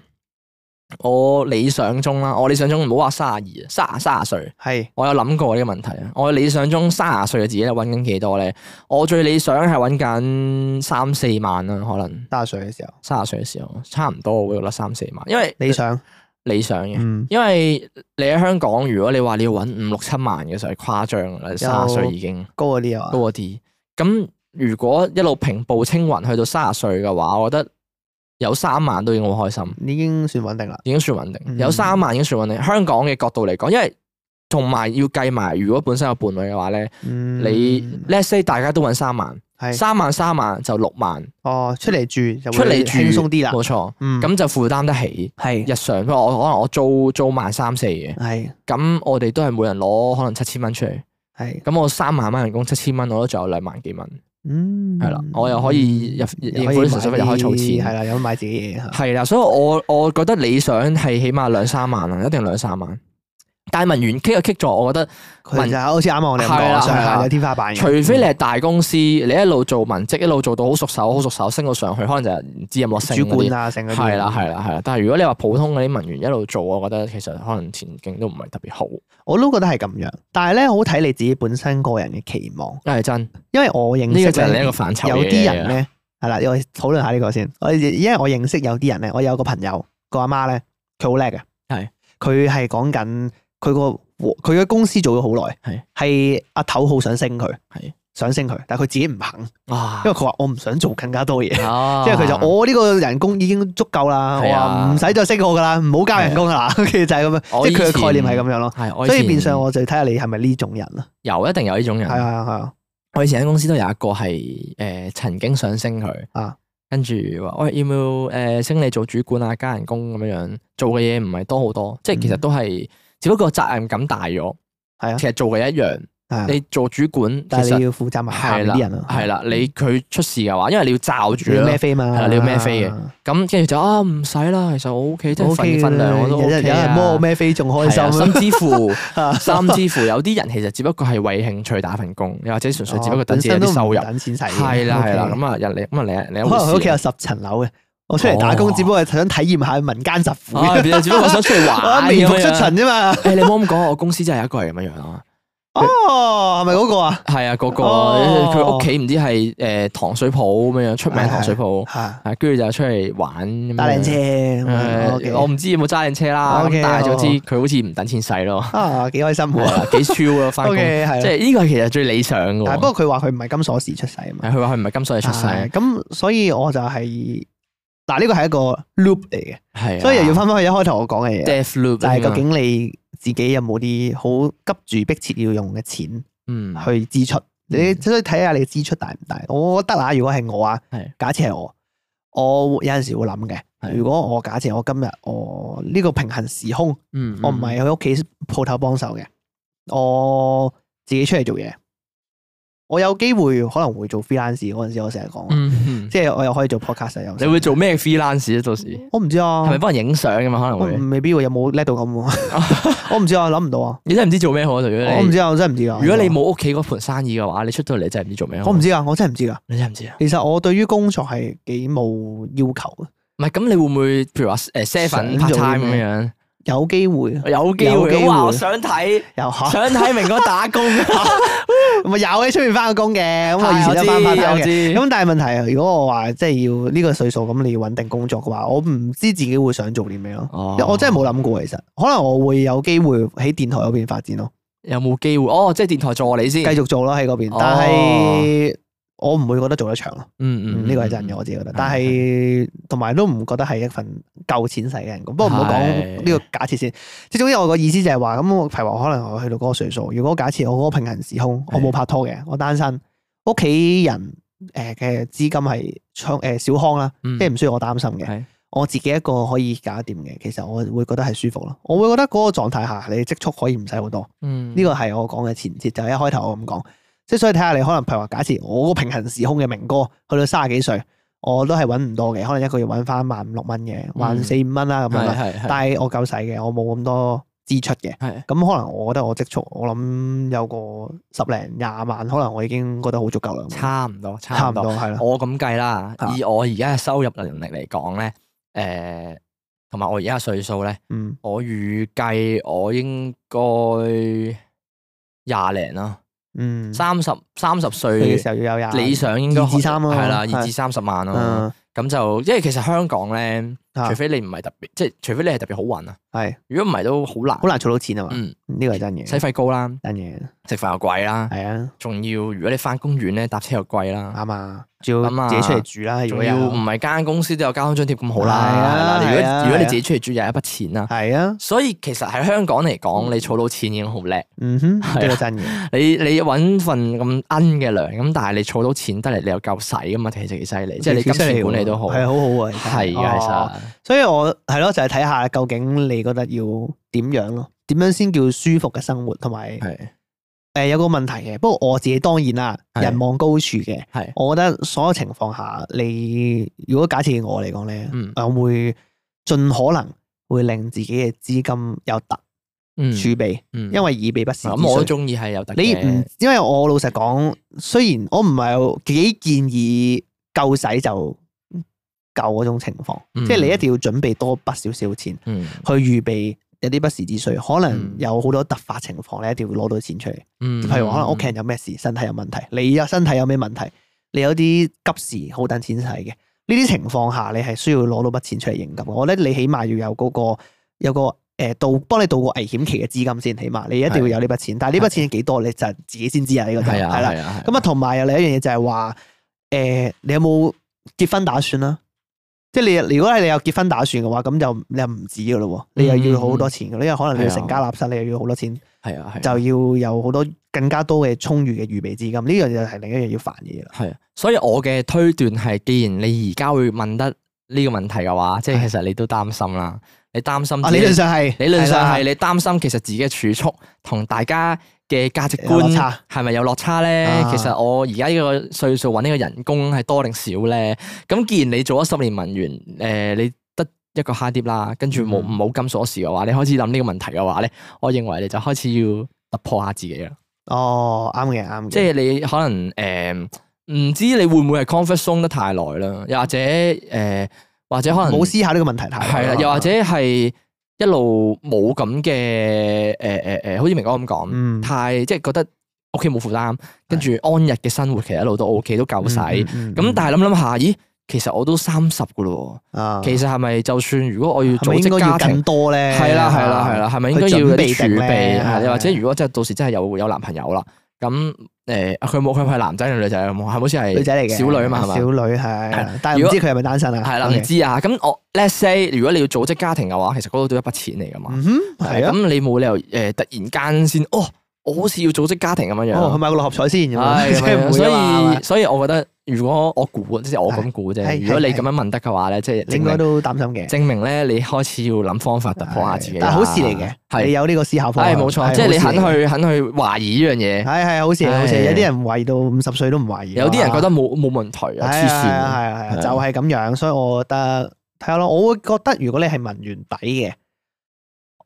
S2: 我理想中啦，我理想中唔好話卅二，卅卅歲，
S1: 係
S2: 我有諗過呢個問題啊。我理想中卅歲嘅自己咧，揾緊幾多咧？我最理想係揾緊三四萬啦，可能
S1: 三十歲嘅時候
S2: 卅歲嘅時候，差唔多我會覺得三四萬，因為
S1: 理想。
S2: 理想嘅。
S1: 嗯，
S2: 因為你喺香港，如果你話你要揾五六七萬嘅時候，係誇張噶啦，卅歲已經。
S1: 高嗰啲啊
S2: 高。嗰啲。咁如果一路平步青雲去到三十歲嘅話，我覺得有三萬都已經好開心，
S1: 已經算穩定啦。
S2: 已經算穩定。
S1: 嗯
S2: 有三萬已經算穩定。香港嘅角度嚟講，因為同埋要計埋，如果本身有伴侶嘅話咧，
S1: 嗯
S2: 你 let's say 大家都揾三萬，
S1: 係
S2: 三萬三萬就六萬
S1: 哦，出嚟住就
S2: 出嚟
S1: 會
S2: 住
S1: 輕鬆啲啦。
S2: 冇錯，
S1: 嗯，
S2: 咁就負擔得起。
S1: 係
S2: 日常，譬如我可能我租租萬三四嘅，
S1: 係
S2: 咁我哋都係每人攞可能七千蚊出嚟，
S1: 係，
S2: 咁我三萬蚊人工七千蚊，我都仲有兩萬幾蚊。
S1: 嗯，
S2: 係啦我又可以入應付啲純粹費又可以儲錢
S1: 係啦，有買自己嘢嚇。
S2: 係啦，所以我我覺得理想係起碼兩三萬啊，一定兩三萬。但係文員棘就棘咗，我覺得
S1: 佢就係好似啱啱我哋咁
S2: 係啦
S1: 講，上
S2: 係啦
S1: 下有天花板嘅。嗯
S2: 除非你係大公司，你一路做文職，一路做到好熟手，好熟手升到上去，可能就唔知有冇得升
S1: 主
S2: 嗰
S1: 管
S2: 啲。
S1: 啊，成嗰啲
S2: 係啦，係啦，係啦。但係如果你話普通嗰啲文員一路做，我覺得其實可能前景都唔係特別好。
S1: 我都覺得係咁樣。但係咧，好睇你自己本身個人嘅期望，
S2: 係真，呢
S1: 因為我認識
S2: 個就係
S1: 呢
S2: 另一個範疇嘅
S1: 有
S2: 嘢啊
S1: 啲人咧係啦，我哋討論下呢個先。我因為我認識有啲人咧，我有個朋友個阿媽咧，佢好叻嘅，
S2: 係
S1: 佢係講緊佢個佢嘅公司做咗好耐，
S2: 係
S1: 係阿頭好想升佢，
S2: 係
S1: 想升佢，但係佢自己唔肯，因
S2: 啊
S1: 為佢話我唔想做更加多嘢。
S2: 啊
S1: 即係佢就我呢個人工已經足夠啦，
S2: 係
S1: 我
S2: 啊
S1: 話唔使再升我噶啦，唔好加人工噶啦， 其實就係咁樣，
S2: 我
S1: 即係佢
S2: 以前
S1: 嘅概念係咁樣咯。
S2: 係，我以
S1: 所以
S2: 前
S1: 變相我就睇下你係咪呢種人啦。
S2: 有一定有呢種人。
S1: 係啊係啊係啊，
S2: 我以前喺公司都有一個係诶、呃曾經想升佢，
S1: 啊
S2: 跟住話喂要唔要诶、呃升你做主管啊，加人工咁樣樣，做嘅嘢唔係多好多，即係其實
S1: 嗯
S2: 都係，只不過責任感大咗，
S1: 係啊
S2: 其實做嘅一樣。
S1: 係啊
S2: 你做主管，
S1: 但
S2: 其
S1: 係
S2: 實
S1: 你要負責埋下
S2: 係
S1: 面
S2: 啦
S1: 啲人啊，，
S2: 係啦，你佢出事嘅話，因為你要罩住
S1: 你要
S2: 啦
S1: 孭，飛嘛，
S2: 係啦你要孭飛嘅咁跟住就啊唔使啦，其實我 O K，即係
S1: O K
S2: 份份量我都 O
S1: 有
S2: K
S1: 人有人摸我
S2: 啊。
S1: 孭飛仲開
S2: 係啊
S1: 心
S2: 甚至乎，
S1: 啊，
S2: 甚至乎有啲人其實只不過係為興趣打份工，又或者純粹只不過等自己有
S1: 哦本身都
S2: 啲
S1: 唔
S2: 收入。
S1: 等錢使嘅，
S2: 係啦
S1: OK
S2: 係啦，咁啊人哋咁啊你你一
S1: 可能佢屋
S2: 回
S1: 企
S2: 事
S1: 有。十層樓嘅，我出嚟打工
S2: 哦
S1: 只不過係想體驗下民間疾苦，
S2: 啊，只不過想 出去
S1: 我
S2: 玩
S1: 微
S2: 咁
S1: 服出
S2: 樣。
S1: 巡啫嘛。
S2: 誒，你唔好咁講，我公司真係有一個係咁樣樣啊。
S1: 哦，係咪嗰個啊？
S2: 係啊，嗰個
S1: 哦
S2: 佢屋企唔知係誒糖水鋪咁樣樣，出名糖水鋪，
S1: 嚇，
S2: 啊，跟住就出嚟玩咁樣。
S1: 打靚車咁樣
S2: 誒，
S1: 哦
S2: 嗯哎我
S1: ，OK，
S2: 唔知有冇揸靚車啦，咁
S1: OK，
S2: 但係總之
S1: 哦
S2: 佢好似唔等錢使咯，
S1: 啊幾開心
S2: 係
S1: 喎。
S2: 啊幾 chill 咯，翻工。
S1: OK，係
S2: 即
S1: 啦。
S2: 係呢個係其實最理想嘅
S1: 但係
S2: 喎。
S1: 不過佢話佢唔係金鎖匙出世啊嘛。
S2: 係佢話佢唔係金水出世，
S1: 啊咁所以我就係嗱呢個係一個 loop 嚟
S2: 係啊
S1: 嘅，所以又要翻返去一開頭我講嘅嘢，啊
S2: death loop 啊
S1: 就係究竟你自己有冇啲好急住迫切要用嘅錢
S2: 嗯
S1: 去支出？你所以睇下你嘅支出大唔大？我覺得啦，如果係我啊
S2: 係，
S1: 假設係我，我有陣時會諗嘅。
S2: 係
S1: 如果我假設我今日我呢個平衡時空，
S2: 嗯
S1: 我唔係去屋企鋪頭幫手嘅，我自己出嚟做嘢，我有機會可能會做 freelance 嗰陣時，我成日講。啊
S2: 嗯
S1: 即係我又可以做 podcast 啊又成
S2: 你會做咩 freelance 咧？到時
S1: 我唔知啊，
S2: 係咪幫人影相㗎嘛？可能
S1: 我
S2: 會
S1: 唔未必會有冇叻到咁 喎，我唔知啊，諗唔到啊，
S2: 你真係唔知做咩好啊！如果
S1: 我唔
S2: 你
S1: 知啊，我真係唔知啊。
S2: 如果你冇屋企嗰盤生意嘅話，你出到嚟真係唔知做咩好。
S1: 我唔知啊，我真係唔知噶。
S2: 你真係唔知啊？
S1: 其實我對於工作係幾冇要求嘅，
S2: 唔係咁，你會唔會譬如話誒 seven
S1: 想
S2: part
S1: 做啲
S2: time 咁樣？
S1: 有機會
S2: 有機
S1: 有機
S2: 會
S1: 會
S2: 哇！我想睇
S1: 有 嚇，
S2: 想睇明哥打 工。
S1: 咪有喺出面翻個工嘅，咁我以
S2: 係
S1: 前都翻翻
S2: 我
S1: 嘅。
S2: 知
S1: 咁但係問題係，如果我話即係要呢個歲數，咁你要穩定工作嘅話，我唔知自己會想做啲咩咯。
S2: 哦
S1: 我真係冇諗過，其實可能我會有機會喺電台嗰邊發展咯。
S2: 有冇機會？哦，即係電台助你先。
S1: 繼續做咯喺嗰邊，但係我唔會覺得做得長咯。
S2: 嗯
S1: 嗯
S2: 嗯，
S1: 呢個係真嘅，我自己覺得。但係同埋都唔覺得係一份夠錢使嘅人工。不過唔好講
S2: 係
S1: 呢個假設先。即係總之我個意思就係話，咁我譬如話可能我去到嗰個歲數，如果假設我嗰個平行時空，我冇拍拖嘅，我單身，屋企人誒嘅資金係充誒小康啦，
S2: 嗯
S1: 即係唔需要我擔心嘅。
S2: 係
S1: 我自己一個可以搞掂嘅，其實我會覺得係舒服咯。我會覺得嗰個狀態下，你積蓄可以唔使好多。
S2: 嗯
S1: 呢個係我講嘅前設，就係一開頭我咁講，即係所以睇下你可能譬如話，假設我個平行時空嘅明哥去到三十幾歲，我都係揾唔多嘅，可能一個月揾翻萬五六蚊嘅，
S2: 嗯
S1: 萬四五蚊啦咁樣
S2: 係
S1: 啦。
S2: 係係
S1: 但係我夠使嘅，我冇咁多支出嘅。
S2: 係
S1: 咁可能我覺得我積蓄，我諗有個十零廿萬，可能我已經覺得好足夠啦。
S2: 差唔多，
S1: 差
S2: 差
S1: 唔
S2: 唔多
S1: 多。係啦，
S2: 我咁計啦
S1: 啊，
S2: 以我而家嘅收入能力嚟講咧，誒、同埋我而家嘅歲數咧，
S1: 嗯，
S2: 我預計我應該廿零啦，
S1: 嗯，
S2: 三十三十
S1: 你
S2: 歲
S1: 嘅時候要有廿
S2: 理想應該
S1: 二至三咯
S2: 係啦，
S1: 係
S2: 二至三十萬咯。
S1: 嗯
S2: 咁就因為其實香港咧，
S1: 啊
S2: 除非你唔係特別，即係除非你係特別好運啊。
S1: 係
S2: 如果唔係都好難
S1: 好，難儲到錢啊嘛。
S2: 嗯，
S1: 呢個係真
S2: 使
S1: 嘢，
S2: 費高啦，
S1: 真嘢
S2: 食飯又貴啦，
S1: 係啊，
S2: 仲要如果你翻公園咧，搭車又貴啦。
S1: 啱啊，仲
S2: 咁
S1: 要
S2: 啊
S1: 自己出嚟住啦。如
S2: 仲
S1: 果
S2: 要
S1: 有
S2: 唔係間公司都有交通津貼咁好啦，
S1: 係啊
S2: 係啦
S1: 係啊
S2: 如果如果
S1: 係
S2: 你
S1: 啊
S2: 自己出嚟住又係一筆錢啦，
S1: 係啊，
S2: 所以其實喺香港嚟講，你儲到錢已經好叻。
S1: 嗯哼，
S2: 係啊
S1: 呢個真嘅，
S2: 你你揾份咁奀嘅糧，咁但係你儲到錢得嚟，你又夠使噶嘛？其實幾犀利， 即係你金錢管理都好，
S1: 係好好啊，
S2: 係
S1: 啊，
S2: 嘅
S1: 哦。所以我係咯，就係睇下究竟你覺得要點樣咯，點樣先叫舒服嘅生活，同埋
S2: 其實係
S1: 誒有個問題嘅。不過我自己當然啦，
S2: 係
S1: 人望高處嘅，
S2: 係
S1: 我覺得所有情況下，你如果假設我嚟講咧，
S2: 嗯
S1: 我會盡可能會令自己嘅資金有突
S2: 嗯
S1: 儲備，
S2: 嗯
S1: 因為以備不時之
S2: 咁我都
S1: 需。
S2: 中意係有特
S1: 你唔，因為我老實講，雖然我唔係幾建議夠使就夠嗰種情況，
S2: 嗯
S1: 即係你一定要準備多筆少少錢
S2: 嗯
S1: 去預備有啲不時之需，可能
S2: 嗯
S1: 有好多突發情況，你一定要攞到錢出嚟。
S2: 嗯
S1: 譬如話可能屋企人有咩事，身體有問題，你有身體有咩問題，你有啲急事好等錢使嘅，呢啲情況下你係需要攞到筆錢出嚟應急嘅。我覺得你起碼要有嗰、個有個誒渡幫你渡過危險期嘅資金先，起碼你一定要有呢筆錢。但係呢筆錢係幾多，你就自己先知啊！呢個就
S2: 係
S1: 係
S2: 啊，
S1: 啦。
S2: 係啊，
S1: 咁啊，同埋有另一樣嘢就係話，誒，你有冇結婚打算啦？啊即係你如果係你有結婚打算嘅話，咁就你又唔止噶咯喎，你
S2: 嗯
S1: 又要好多錢噶，因為可能
S2: 啊
S1: 你要成家立室，你又要好多錢，
S2: 係啊，係啊
S1: 就要有好多更加多嘅充裕嘅預備資金。呢樣嘢係另一樣要煩嘅嘢啦。
S2: 係啊，所以我嘅推斷係，既然你而家會問得呢個問題嘅話，即係其實你都擔心啦，你擔心
S1: 啊，
S2: 自
S1: 理
S2: 己
S1: 論上係，
S2: 理論上係
S1: 啦
S2: 你擔心，其實自己嘅儲蓄同大家嘅價值
S1: 有
S2: 觀
S1: 落差
S2: 係咪有落差咧？
S1: 啊
S2: 其實我而家呢個歲數揾呢個人工係多定少咧？咁既然你做咗十年文員，誒、你得一個 hard 碟啦，跟住冇
S1: 嗯
S2: 冇金鎖匙嘅話，你開始諗呢個問題嘅話咧，我認為你就開始要突破下自己啦。
S1: 哦，啱嘅，啱嘅，
S2: 即係你可能誒唔、知你會唔會係 comfort zone 得太耐啦，又或者誒、或者可能
S1: 冇思考呢啊個問題太
S2: 係啦，又或者係一路冇咁嘅誒誒誒，好似明哥咁講，
S1: 嗯
S2: 太即係覺得屋企冇負擔，跟住安逸嘅生活其實一路都 O K 都
S1: 嗯
S2: 夠使。咁、
S1: 係
S2: 但係諗諗下，咦，其實我都三十噶咯喎，其實係咪就算如果我要
S1: 嗯啊係咪
S2: 組
S1: 應該
S2: 織
S1: 要
S2: 家庭
S1: 更？多咧？
S2: 係啦係啦係啦，係咪應該
S1: 啊去
S2: 要有
S1: 準
S2: 啲
S1: 備定
S2: 儲
S1: 咧
S2: 備？係又或者
S1: 係
S2: 如果真係到時真係有有男朋友啦，咁誒佢冇佢係男仔定女仔啊？係好似係
S1: 女仔嚟嘅，
S2: 小女啊嘛係嘛
S1: 小？女係
S2: 係，
S1: 但係
S2: 如
S1: 唔
S2: 果
S1: 知佢係咪單身啊？
S2: 係啦，
S1: OK
S2: 唔。知啊。咁我 let's say 如果你要組織家庭嘅話，其實嗰度都一筆錢嚟噶嘛。
S1: 嗯哼，係啊。
S2: 咁你冇理由誒突然間先哦，我好似要組織家庭咁樣
S1: 哦，佢
S2: 樣。
S1: 買個六合彩先咁樣，
S2: 係
S1: 即係唔會
S2: 所
S1: 啊嘛
S2: 以所以我覺得如果我估，即係我咁估
S1: 係
S2: 啫。
S1: 係
S2: 如果你咁樣問得嘅話咧，即係
S1: 你
S2: 證
S1: 應該
S2: 明
S1: 都擔心嘅。
S2: 證明咧，你開始要諗方法突破下自己啦。
S1: 但係好事嚟嘅，
S2: 係
S1: 你有呢個思考方
S2: 係
S1: 向，
S2: 哎冇錯，
S1: 係
S2: 即係你
S1: 好
S2: 肯
S1: 事嚟嘅，
S2: 去肯去懷疑呢樣嘢。
S1: 係係好事嚟，好事嚟。
S2: 係
S1: 有啲人懷疑到五十歲都唔懷疑，啊
S2: 有啲人覺得冇冇問題
S1: 係
S2: 啊，
S1: 啊
S2: 黐
S1: 係啊
S2: 線。
S1: 係啊係啊，
S2: 係啊
S1: 就係咁樣。所以我覺得睇下咯，我會覺得如果你係文員底嘅，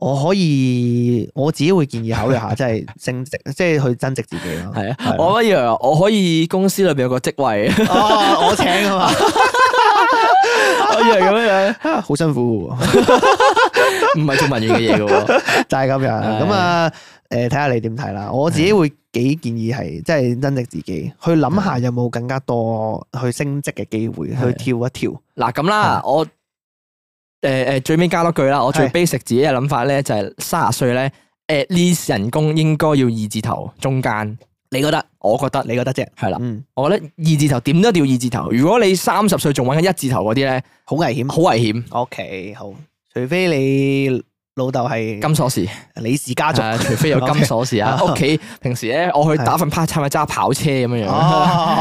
S1: 我可以我自己會建議考 慮下，即係升值，即係去增值自己咯。
S2: 係
S1: 係啊
S2: 啊，我不如我可以公司裏邊有個職 位，
S1: 哦，我請啊嘛。
S2: 我以為咁樣樣，
S1: 啊好辛苦嘅喎，
S2: 唔係做文員嘅嘢嘅喎。
S1: 就係咁樣。咁啊，誒睇下你點睇啦。我自己會幾建議係，即係增值自己，去諗下有冇更加多去升職嘅機會，去
S2: 係
S1: 跳一跳。
S2: 嗱咁啦，我誒誒最尾加多句啦，我最
S1: 係
S2: basic 自己嘅諗法咧就係三十歲咧，at least 人工應該要二字頭中間。你覺得？我覺得
S1: 你覺得啫？
S2: 係啦，
S1: 嗯，
S2: 我覺得二字頭點都一定要二字頭。如果你三十歲仲揾緊一字頭嗰啲咧，
S1: 好危險。
S2: 好危險，
S1: OK，好，除非你老豆係
S2: 金鎖匙。
S1: 李氏家族。
S2: 啊除非有
S1: OK
S2: 金鎖匙啊！屋企平時咧，我去打份 part time 係揸跑車咁樣樣。
S1: 哦，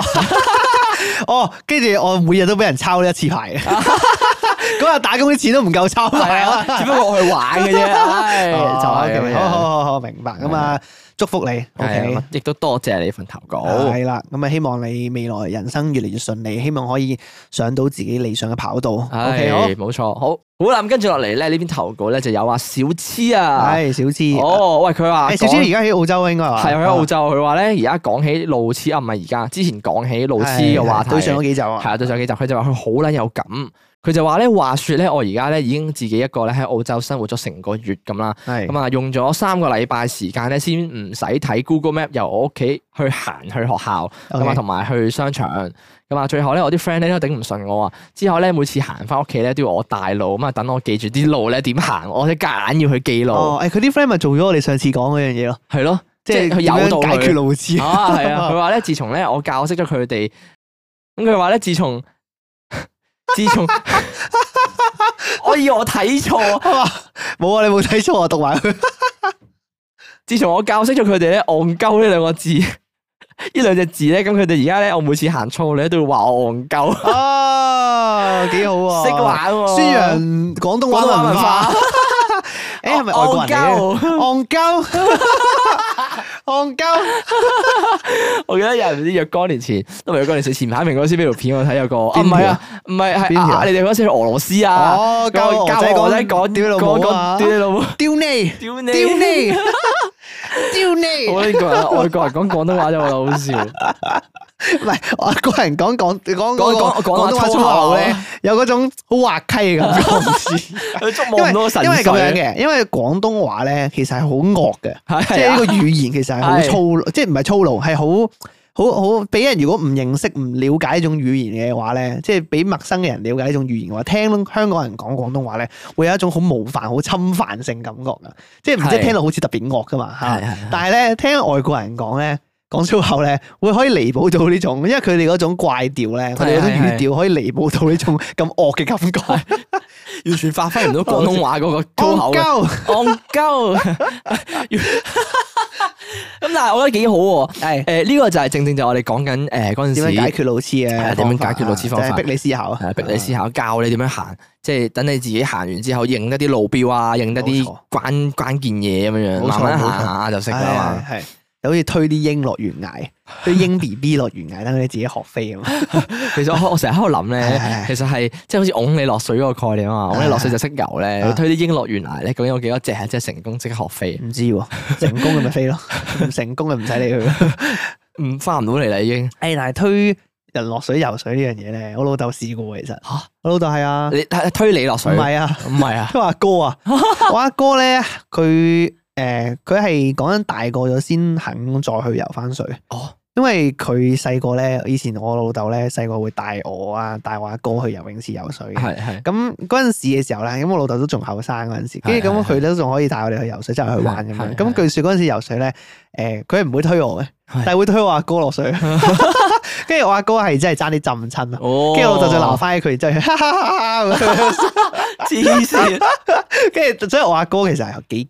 S1: 哦，跟住我每日都俾人抄呢一次牌， 嗰日打工啲錢都唔夠抄
S2: 係
S1: 牌啊！
S2: 啊，只不過我去玩嘅啫，唉就
S1: 哦
S2: 係
S1: OK，
S2: 咁樣
S1: 好好
S2: 樣。
S1: 好好，明白咁啊！祝福你
S2: 係
S1: ，OK
S2: 啊。亦都多謝你份投稿。
S1: 係啦，咁啊，希望你未來人生越嚟越順利，希望可以上到自己理想嘅跑道。O
S2: 係
S1: K，好，
S2: 冇錯，好好啦，咁跟住落嚟咧，呢邊投稿咧就有阿小痴啊，
S1: 係小芝。
S2: 哦，喂，佢話
S1: 誒，小芝
S2: 講
S1: 而家喺澳洲啊，應該係嘛？
S2: 係佢喺澳洲，佢話咧而家講起路痴啊，唔係而家，之前講起路痴嘅話題，
S1: 對上嗰
S2: 係
S1: 幾集啊。
S2: 啊，對上幾集，佢就話佢好撚有感，佢就話咧，話說咧，我而家咧已經自己一個咧喺澳洲生活咗成個月咁啦，
S1: 係
S2: 咁啊用咗三個禮拜時間咧，先唔使睇 Google Map 由我屋企去行去學校。咁啊，
S1: OK
S2: 同埋去商場。咁啊，最後咧，我啲 friend 咧都頂唔順我啊。之後咧，每次行翻屋企咧，都要我帶路，咁啊，等我記住啲路咧點行，我啲夾硬要去記路，
S1: 哦，誒，佢啲 friend 咪做咗我哋上次講嗰樣嘢咯，
S2: 係 咯，
S1: 即
S2: 即
S1: 係
S2: 係佢
S1: 點
S2: 誘導
S1: 樣解決
S2: 佢。
S1: 路痴。
S2: 啊，係啊，佢話咧，自從咧我教識咗佢哋，咁佢話咧，自從 自從， 我以為我睇錯，
S1: 冇啊，你冇睇錯啊，讀埋佢。
S2: 自從我教識咗佢哋咧，戇鳩呢兩個字， 呢兩隻字咧，咁佢哋而家咧，我每次行錯路咧，都會話我戇鳩，
S1: 哦，幾好啊！
S2: 識玩喎，
S1: 宣揚廣東
S2: 廣
S1: 話
S2: 東話
S1: 文
S2: 文
S1: 化
S2: 化。哦
S1: 誒，係咪外國人嚟嘅？
S2: 戇鳩
S1: 戇鳩， 戇鳩。
S2: 我記得有人唔知若干年前，都唔係若干年前，前排明嗰先俾條片我睇有個，啊
S1: 邊
S2: 唔
S1: 條
S2: 係啊，唔係係
S1: 邊條
S2: 啊，你哋嗰時去俄羅斯啊，
S1: 哦，教
S2: 教
S1: 教
S2: 教
S1: 我
S2: 我
S1: 仔
S2: 仔
S1: 講
S2: 講
S1: 屌你老母
S2: 講
S1: 啊
S2: 屌你老母，
S1: 屌你，
S2: 屌你
S1: 屌 你，屌你，
S2: 我呢個人外國人講廣東話真係我覺得好笑，
S1: 唔係我個人講講講
S2: 講
S1: 嗰
S2: 講
S1: 個
S2: 講下
S1: 廣東話粗
S2: 粗口啊
S1: 口咧，有嗰種好滑稽嘅感覺，唔知
S2: 佢觸
S1: 因
S2: 摸唔到神
S1: 為因為咁
S2: 髓，
S1: 樣嘅，因為廣東話咧其實係好惡嘅，即
S2: 係
S1: 係呢
S2: 啊
S1: 個語言其實係好粗，即係唔係粗魯，係好好好俾人如果唔認識、唔了解呢種語言嘅話咧，即係俾陌生嘅人了解呢種語言嘅話，聽香港人講廣東話咧，會有一種好冒犯、好侵犯性感覺噶，即係唔知
S2: 係
S1: 聽落好似特別惡噶嘛嚇。
S2: 係係
S1: 但係咧，聽外國人講咧。講粗口咧，會可以彌補到呢種，因為佢哋嗰種怪調咧，佢哋嗰種
S2: 係係
S1: 語調可以彌補到呢種咁惡嘅感覺。
S2: 完全發揮唔到廣東話嗰個粗口啊
S1: 戇
S2: 嘅， 戇
S1: 鳩
S2: 鳩。咁但係我覺得幾好喎。
S1: 係
S2: 誒呢個就係正正就係我哋講緊誒嗰陣
S1: 點
S2: 時
S1: 樣解決路痴嘅
S2: 係
S1: 方法？
S2: 啊點樣解決路痴方法
S1: 就係逼你思考啊
S2: 係啊逼你思考，教你點樣行，即係等你自己行完之後認得啲路標啊，認得啲
S1: 冇錯
S2: 關關鍵嘢咁樣樣，
S1: 冇錯
S2: 慢慢
S1: 冇錯
S2: 行下就識啦嘛。
S1: 係係就好似推啲鷹落懸 崖，推鷹 B B 落懸崖，等佢哋自己學飛咁。
S2: 其實我我成日喺度諗
S1: 係係
S2: 咧
S1: 係，
S2: 其實係即係好似㧬你落水嗰個概念啊嘛，㧬你落水就識游
S1: 係
S2: 咧，
S1: 係
S2: 推啲鷹落懸崖咧，究竟有幾多隻係真係成功即刻學飛？
S1: 唔知喎，成功嘅咪 飛咯，唔成功嘅唔使理佢。誒，
S2: 唔翻唔到嚟啦已經。
S1: 但係推人落水游水呢樣嘢咧，我老豆試過喎其實
S2: 嚇
S1: 我老豆係啊，
S2: 你推你落
S1: 唔
S2: 水？
S1: 係啊，
S2: 唔係啊？
S1: 佢話哥 啊，我阿哥咧，佢誒佢係講緊大個咗先肯再去游翻水。
S2: 哦，
S1: 因為佢細個咧，以前我老豆咧細個會帶我啊，帶我阿哥去游泳池游水嘅。
S2: 係係
S1: 咁嗰陣時嘅時候咧，咁我老豆都仲後生嗰陣時，跟住咁
S2: 係係係
S1: 佢都仲可以帶我哋去游水，即係去玩咁樣。
S2: 係係
S1: 咁據說嗰陣時游水咧，誒佢係唔會推我嘅，
S2: 係
S1: 但係會推我阿哥 落水。 跟住我阿哥係真係爭啲浸親啊！
S2: 哦
S1: 跟住我老豆就鬧翻佢，就係哈哈哈哈咁樣。
S2: 黐線，
S1: 跟住所以我阿哥其實係幾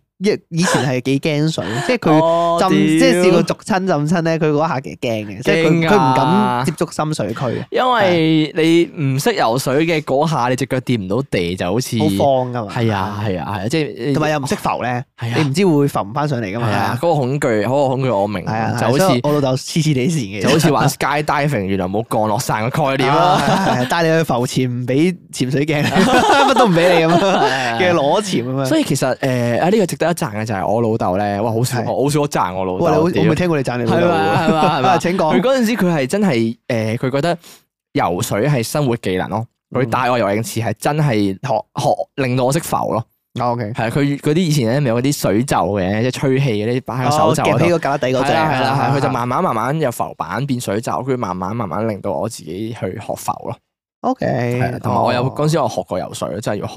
S1: 以前係幾驚水，即係佢。
S2: 佢
S1: 浸即係試過逐親浸親咧，佢嗰下幾驚啊嘅，即係
S2: 驚
S1: 佢
S2: 㗎啊
S1: 佢唔敢接觸深水區，
S2: 因為
S1: 啊
S2: 你唔識游水嘅嗰下，你只腳掂唔到地，就好似
S1: 好慌噶嘛。
S2: 係啊，係啊係啊，即係
S1: 同埋又唔識浮咧，
S2: 係啊
S1: 你唔知會浮唔翻上嚟噶
S2: 係
S1: 嘛。
S2: 啊，嗰個恐懼，嗰個恐懼我明，
S1: 係啊，
S2: 就好
S1: 所
S2: 似
S1: 以我老豆黐黐地線嘅，
S2: 就好似玩 skydiving，原來冇降落傘嘅概念
S1: 啊
S2: 啦。
S1: 係係帶你去浮潛，唔俾潛水鏡，啊 乜都唔俾你咁樣，叫你裸潛咁啊樣。
S2: 所以其實誒啊呢個值得一讚嘅就係我老豆咧，哇好少
S1: 係
S2: 我好少我讚我老
S1: 哇，你好
S2: 豆
S1: 我
S2: 屌，
S1: 未聽過你讚你老
S2: 係
S1: 豆
S2: 嘛係
S1: 喎。
S2: 嘛係
S1: 啊
S2: 嘛，
S1: 請
S2: 佢
S1: 講。
S2: 嗰陣時佢係真係呃誒，佢、覺得游水係生活技能咯。佢
S1: 嗯
S2: 帶我游泳池係真係學學令到我識浮咯。
S1: 哦，OK。
S2: 係啊，佢嗰啲以前咧咪有嗰啲水袖嘅，即係吹氣嗰啲擺喺個手袖啊
S1: 哦夾
S2: 嗰
S1: 起
S2: 度。
S1: 個架底
S2: 係
S1: 嗰
S2: 啦
S1: 隻。
S2: 係啦，係佢就
S1: 啊
S2: 慢慢慢慢由浮板變水袖，跟住慢慢慢慢令到我自己去學浮咯。係啊
S1: OK。
S2: 同埋我有
S1: 哦
S2: 嗰陣時我學過游水，真係要學。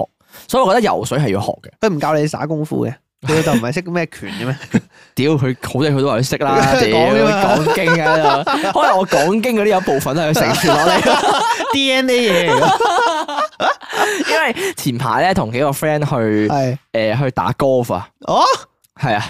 S2: 所以我覺得游水係要學嘅。
S1: 佢唔教你耍功夫 嘅，佢老豆唔係識咩拳嘅咩？
S2: 屌佢好多佢都話佢識啦，
S1: 講啊
S2: 屌
S1: 啫嘛
S2: 講經嘅，可能我講經嗰啲有部分都係佢承傳落嚟。
S1: DNA 嘢嚟㗎
S2: 因為前排咧同幾個 friend 去
S1: 係
S2: 誒、去打 golf 啊，
S1: 哦，
S2: 係啊，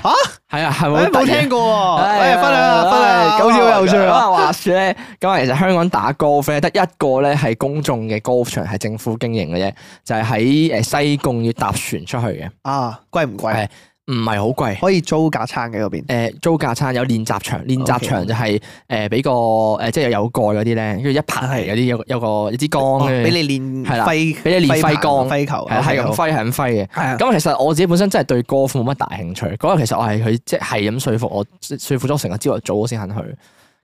S2: 係啊，係咪
S1: 誒冇聽過喎，誒哦
S2: 哎
S1: 哎分享下分享下，
S2: 咁
S1: 好似好有趣啊！
S2: 啊！話説咧，咁啊，其實香港打 golf 咧，得一個咧係公眾嘅 golf 場，係政府經營嘅啫，就係喺誒呃西貢要搭船出去嘅，
S1: 啊，貴唔貴？
S2: 係唔係好貴。
S1: 可以租架撐嘅嗰邊
S2: 誒、租架餐有練習場，練習
S1: OK
S2: 場就係誒俾個誒、即係有蓋嗰啲咧，跟住一排嗰啲有個有個有支杆
S1: 哦
S2: 嘅，
S1: 俾你練
S2: 係啦
S1: 揮，
S2: 俾你練揮
S1: 棒
S2: 杆
S1: 揮球，啊
S2: 係啊係咁
S1: 揮，
S2: 揮係咁揮嘅。
S1: 係啊，
S2: 咁其實我自己本身真係對 golf 冇乜大興趣，嗰日其實我係佢即係咁說服我，說服咗成個朝頭早我先肯去。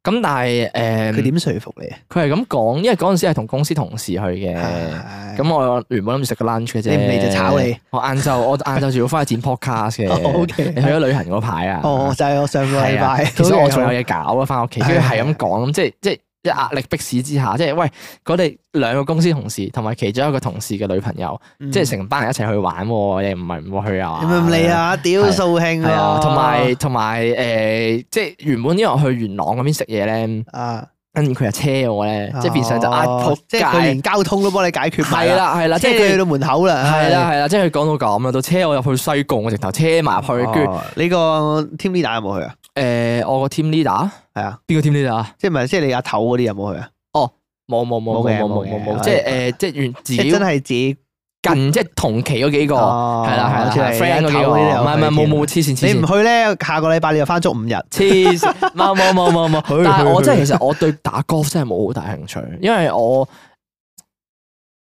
S2: 咁但係誒，呃
S1: 佢
S2: 佢
S1: 點說服你啊？
S2: 佢係咁講，因為嗰陣時係同公司同事去嘅。
S1: 係
S2: 咁我原本諗住食個 lunch 嘅啫，
S1: 你唔嚟就炒你。
S2: 我晏晝我晏晝仲要翻去剪 podcast
S1: 哦
S2: 嘅。
S1: ，OK，
S2: 你去咗旅行嗰排啊？
S1: 哦，就係我上個禮
S2: 係啊
S1: 拜，
S2: 其實我仲有嘢搞啊，翻屋企，跟住
S1: 係
S2: 係咁講，咁即係即係即係壓力迫使之下，即係喂，我哋兩個公司同事同埋其中一個同事嘅女朋友，
S1: 嗯
S2: 即係成班人一齊去玩喎，你唔係唔去啊？
S1: 你咪唔理！啊，屌
S2: 係
S1: 掃興
S2: 係啊
S1: 啊，，
S2: 同埋同埋誒，即係原本因為我去元朗嗰邊食嘢咧，
S1: 啊，
S2: 跟住佢又車我咧，即係變相就呃
S1: 哦
S2: 仆
S1: 即係佢連
S2: 街，
S1: 交通都幫你解決埋
S2: 係，啦係啦，即
S1: 即
S2: 係
S1: 係佢去啊
S2: 佢
S1: 到門口啦，
S2: 係啦係啦，即係佢講到咁啦，到車我入去西貢，我直頭車埋入去，跟住
S1: 哦你個 team leader 有冇去啊？
S2: 誒我個 team leader
S1: 係啊，
S2: 邊個 team leader 啊？
S1: 即係咪即係你阿頭嗰啲有冇去啊？
S2: 冇冇冇
S1: 冇嘅
S2: 冇冇冇
S1: 冇嘅
S2: 冇，即係誒即係原自
S1: 即
S2: 己
S1: 係真係自己
S2: 近即係同期嗰幾個係
S1: 哦
S2: 啦係啦
S1: 即係
S2: 係 friend 嗰幾
S1: 頭
S2: 個，
S1: 嗰啲哦有
S2: 唔係唔係
S1: 去
S2: 冇
S1: 添
S2: 冇黐線黐
S1: 你
S2: 線
S1: 唔。去咧，下個禮拜你就翻足五日。
S2: 黐線，冇冇冇冇 冇。
S1: 去
S2: 但係我真係
S1: 去
S2: 其實我對打 golf 真係冇好大興趣，因為我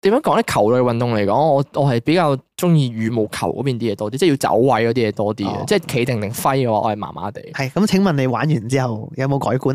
S2: 點樣講咧？球類運動嚟講，我我係比較中意羽毛球嗰邊啲嘢多啲，即係要走位嗰啲嘢多啲嘅，
S1: 哦
S2: 即係企定定揮嘅話，我係麻麻地。
S1: 係咁，請問你玩完之後有冇改觀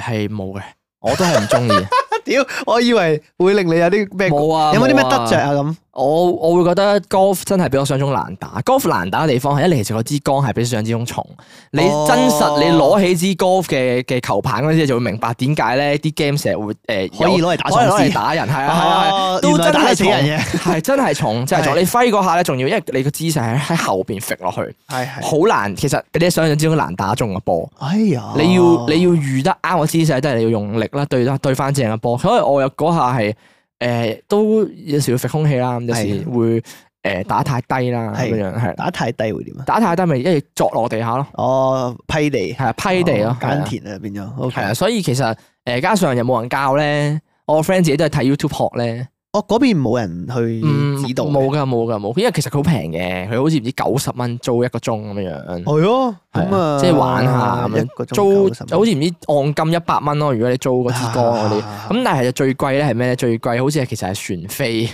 S2: 誒係冇嘅，我都係唔中意。
S1: 啊屌，我以為會令你有啲咩
S2: 冇啊！
S1: 有冇啲咩
S2: 冇啊
S1: 得着？啊？咁
S2: 我我會覺得 golf 真係比我想象中難打。golf 難打嘅地方係一嚟其實個支杆係比想象之中重，你真
S1: 哦
S2: 實你攞起支 golf 嘅嘅球棒嗰陣時，就會明白點解咧啲 game 成日會誒
S1: 可以
S2: 有
S1: 攞嚟打
S2: 可以攞
S1: 喪
S2: 嚟
S1: 屍
S2: 打人，係啊係啊係啊，
S1: 哦
S2: 都
S1: 原來
S2: 真
S1: 打
S2: 係
S1: 得死人嘅，
S2: 係真係重，真係重。
S1: 係
S2: 你揮嗰下咧，仲要因為你個姿勢係喺後邊揈落去，
S1: 係係。
S2: 好難。其實比你想象之中難打中個波。
S1: 哎呀，
S2: 你要你要預得啱個姿勢，真係你要用力啦，對得對翻正嘅波。所以我有嗰下係誒都有時會揈空氣啦，有時
S1: 係
S2: 會誒、呃打太低啦咁
S1: 係
S2: 樣係啦。
S1: 打太低會點啊？
S2: 打太低咪一係作落地下咯，
S1: 哦，批地
S2: 係啊批地咯，係
S1: 耕
S2: 啊
S1: 田啊變咗。
S2: 係
S1: OK，
S2: 啊。所以其實誒、呃加上又冇人教咧，我 friend 自己都係睇 YouTube 學咧，
S1: 我哦嗰邊冇人去嗯指導嘅，
S2: 嗯
S1: 啊
S2: 冇㗎冇㗎冇，因為其實佢好平嘅，佢好似唔知九十蚊租一個鐘咁樣。
S1: 係咯，咁
S2: 係啊
S1: 啊，
S2: 即係玩下咁
S1: 一
S2: 樣
S1: 個鐘
S2: 租
S1: 90
S2: 好似唔知按金一百蚊咯，如果你租嗰支歌嗰啲，
S1: 啊
S2: 咁但係就最貴咧係咩咧？最貴好似係其實係船飛，係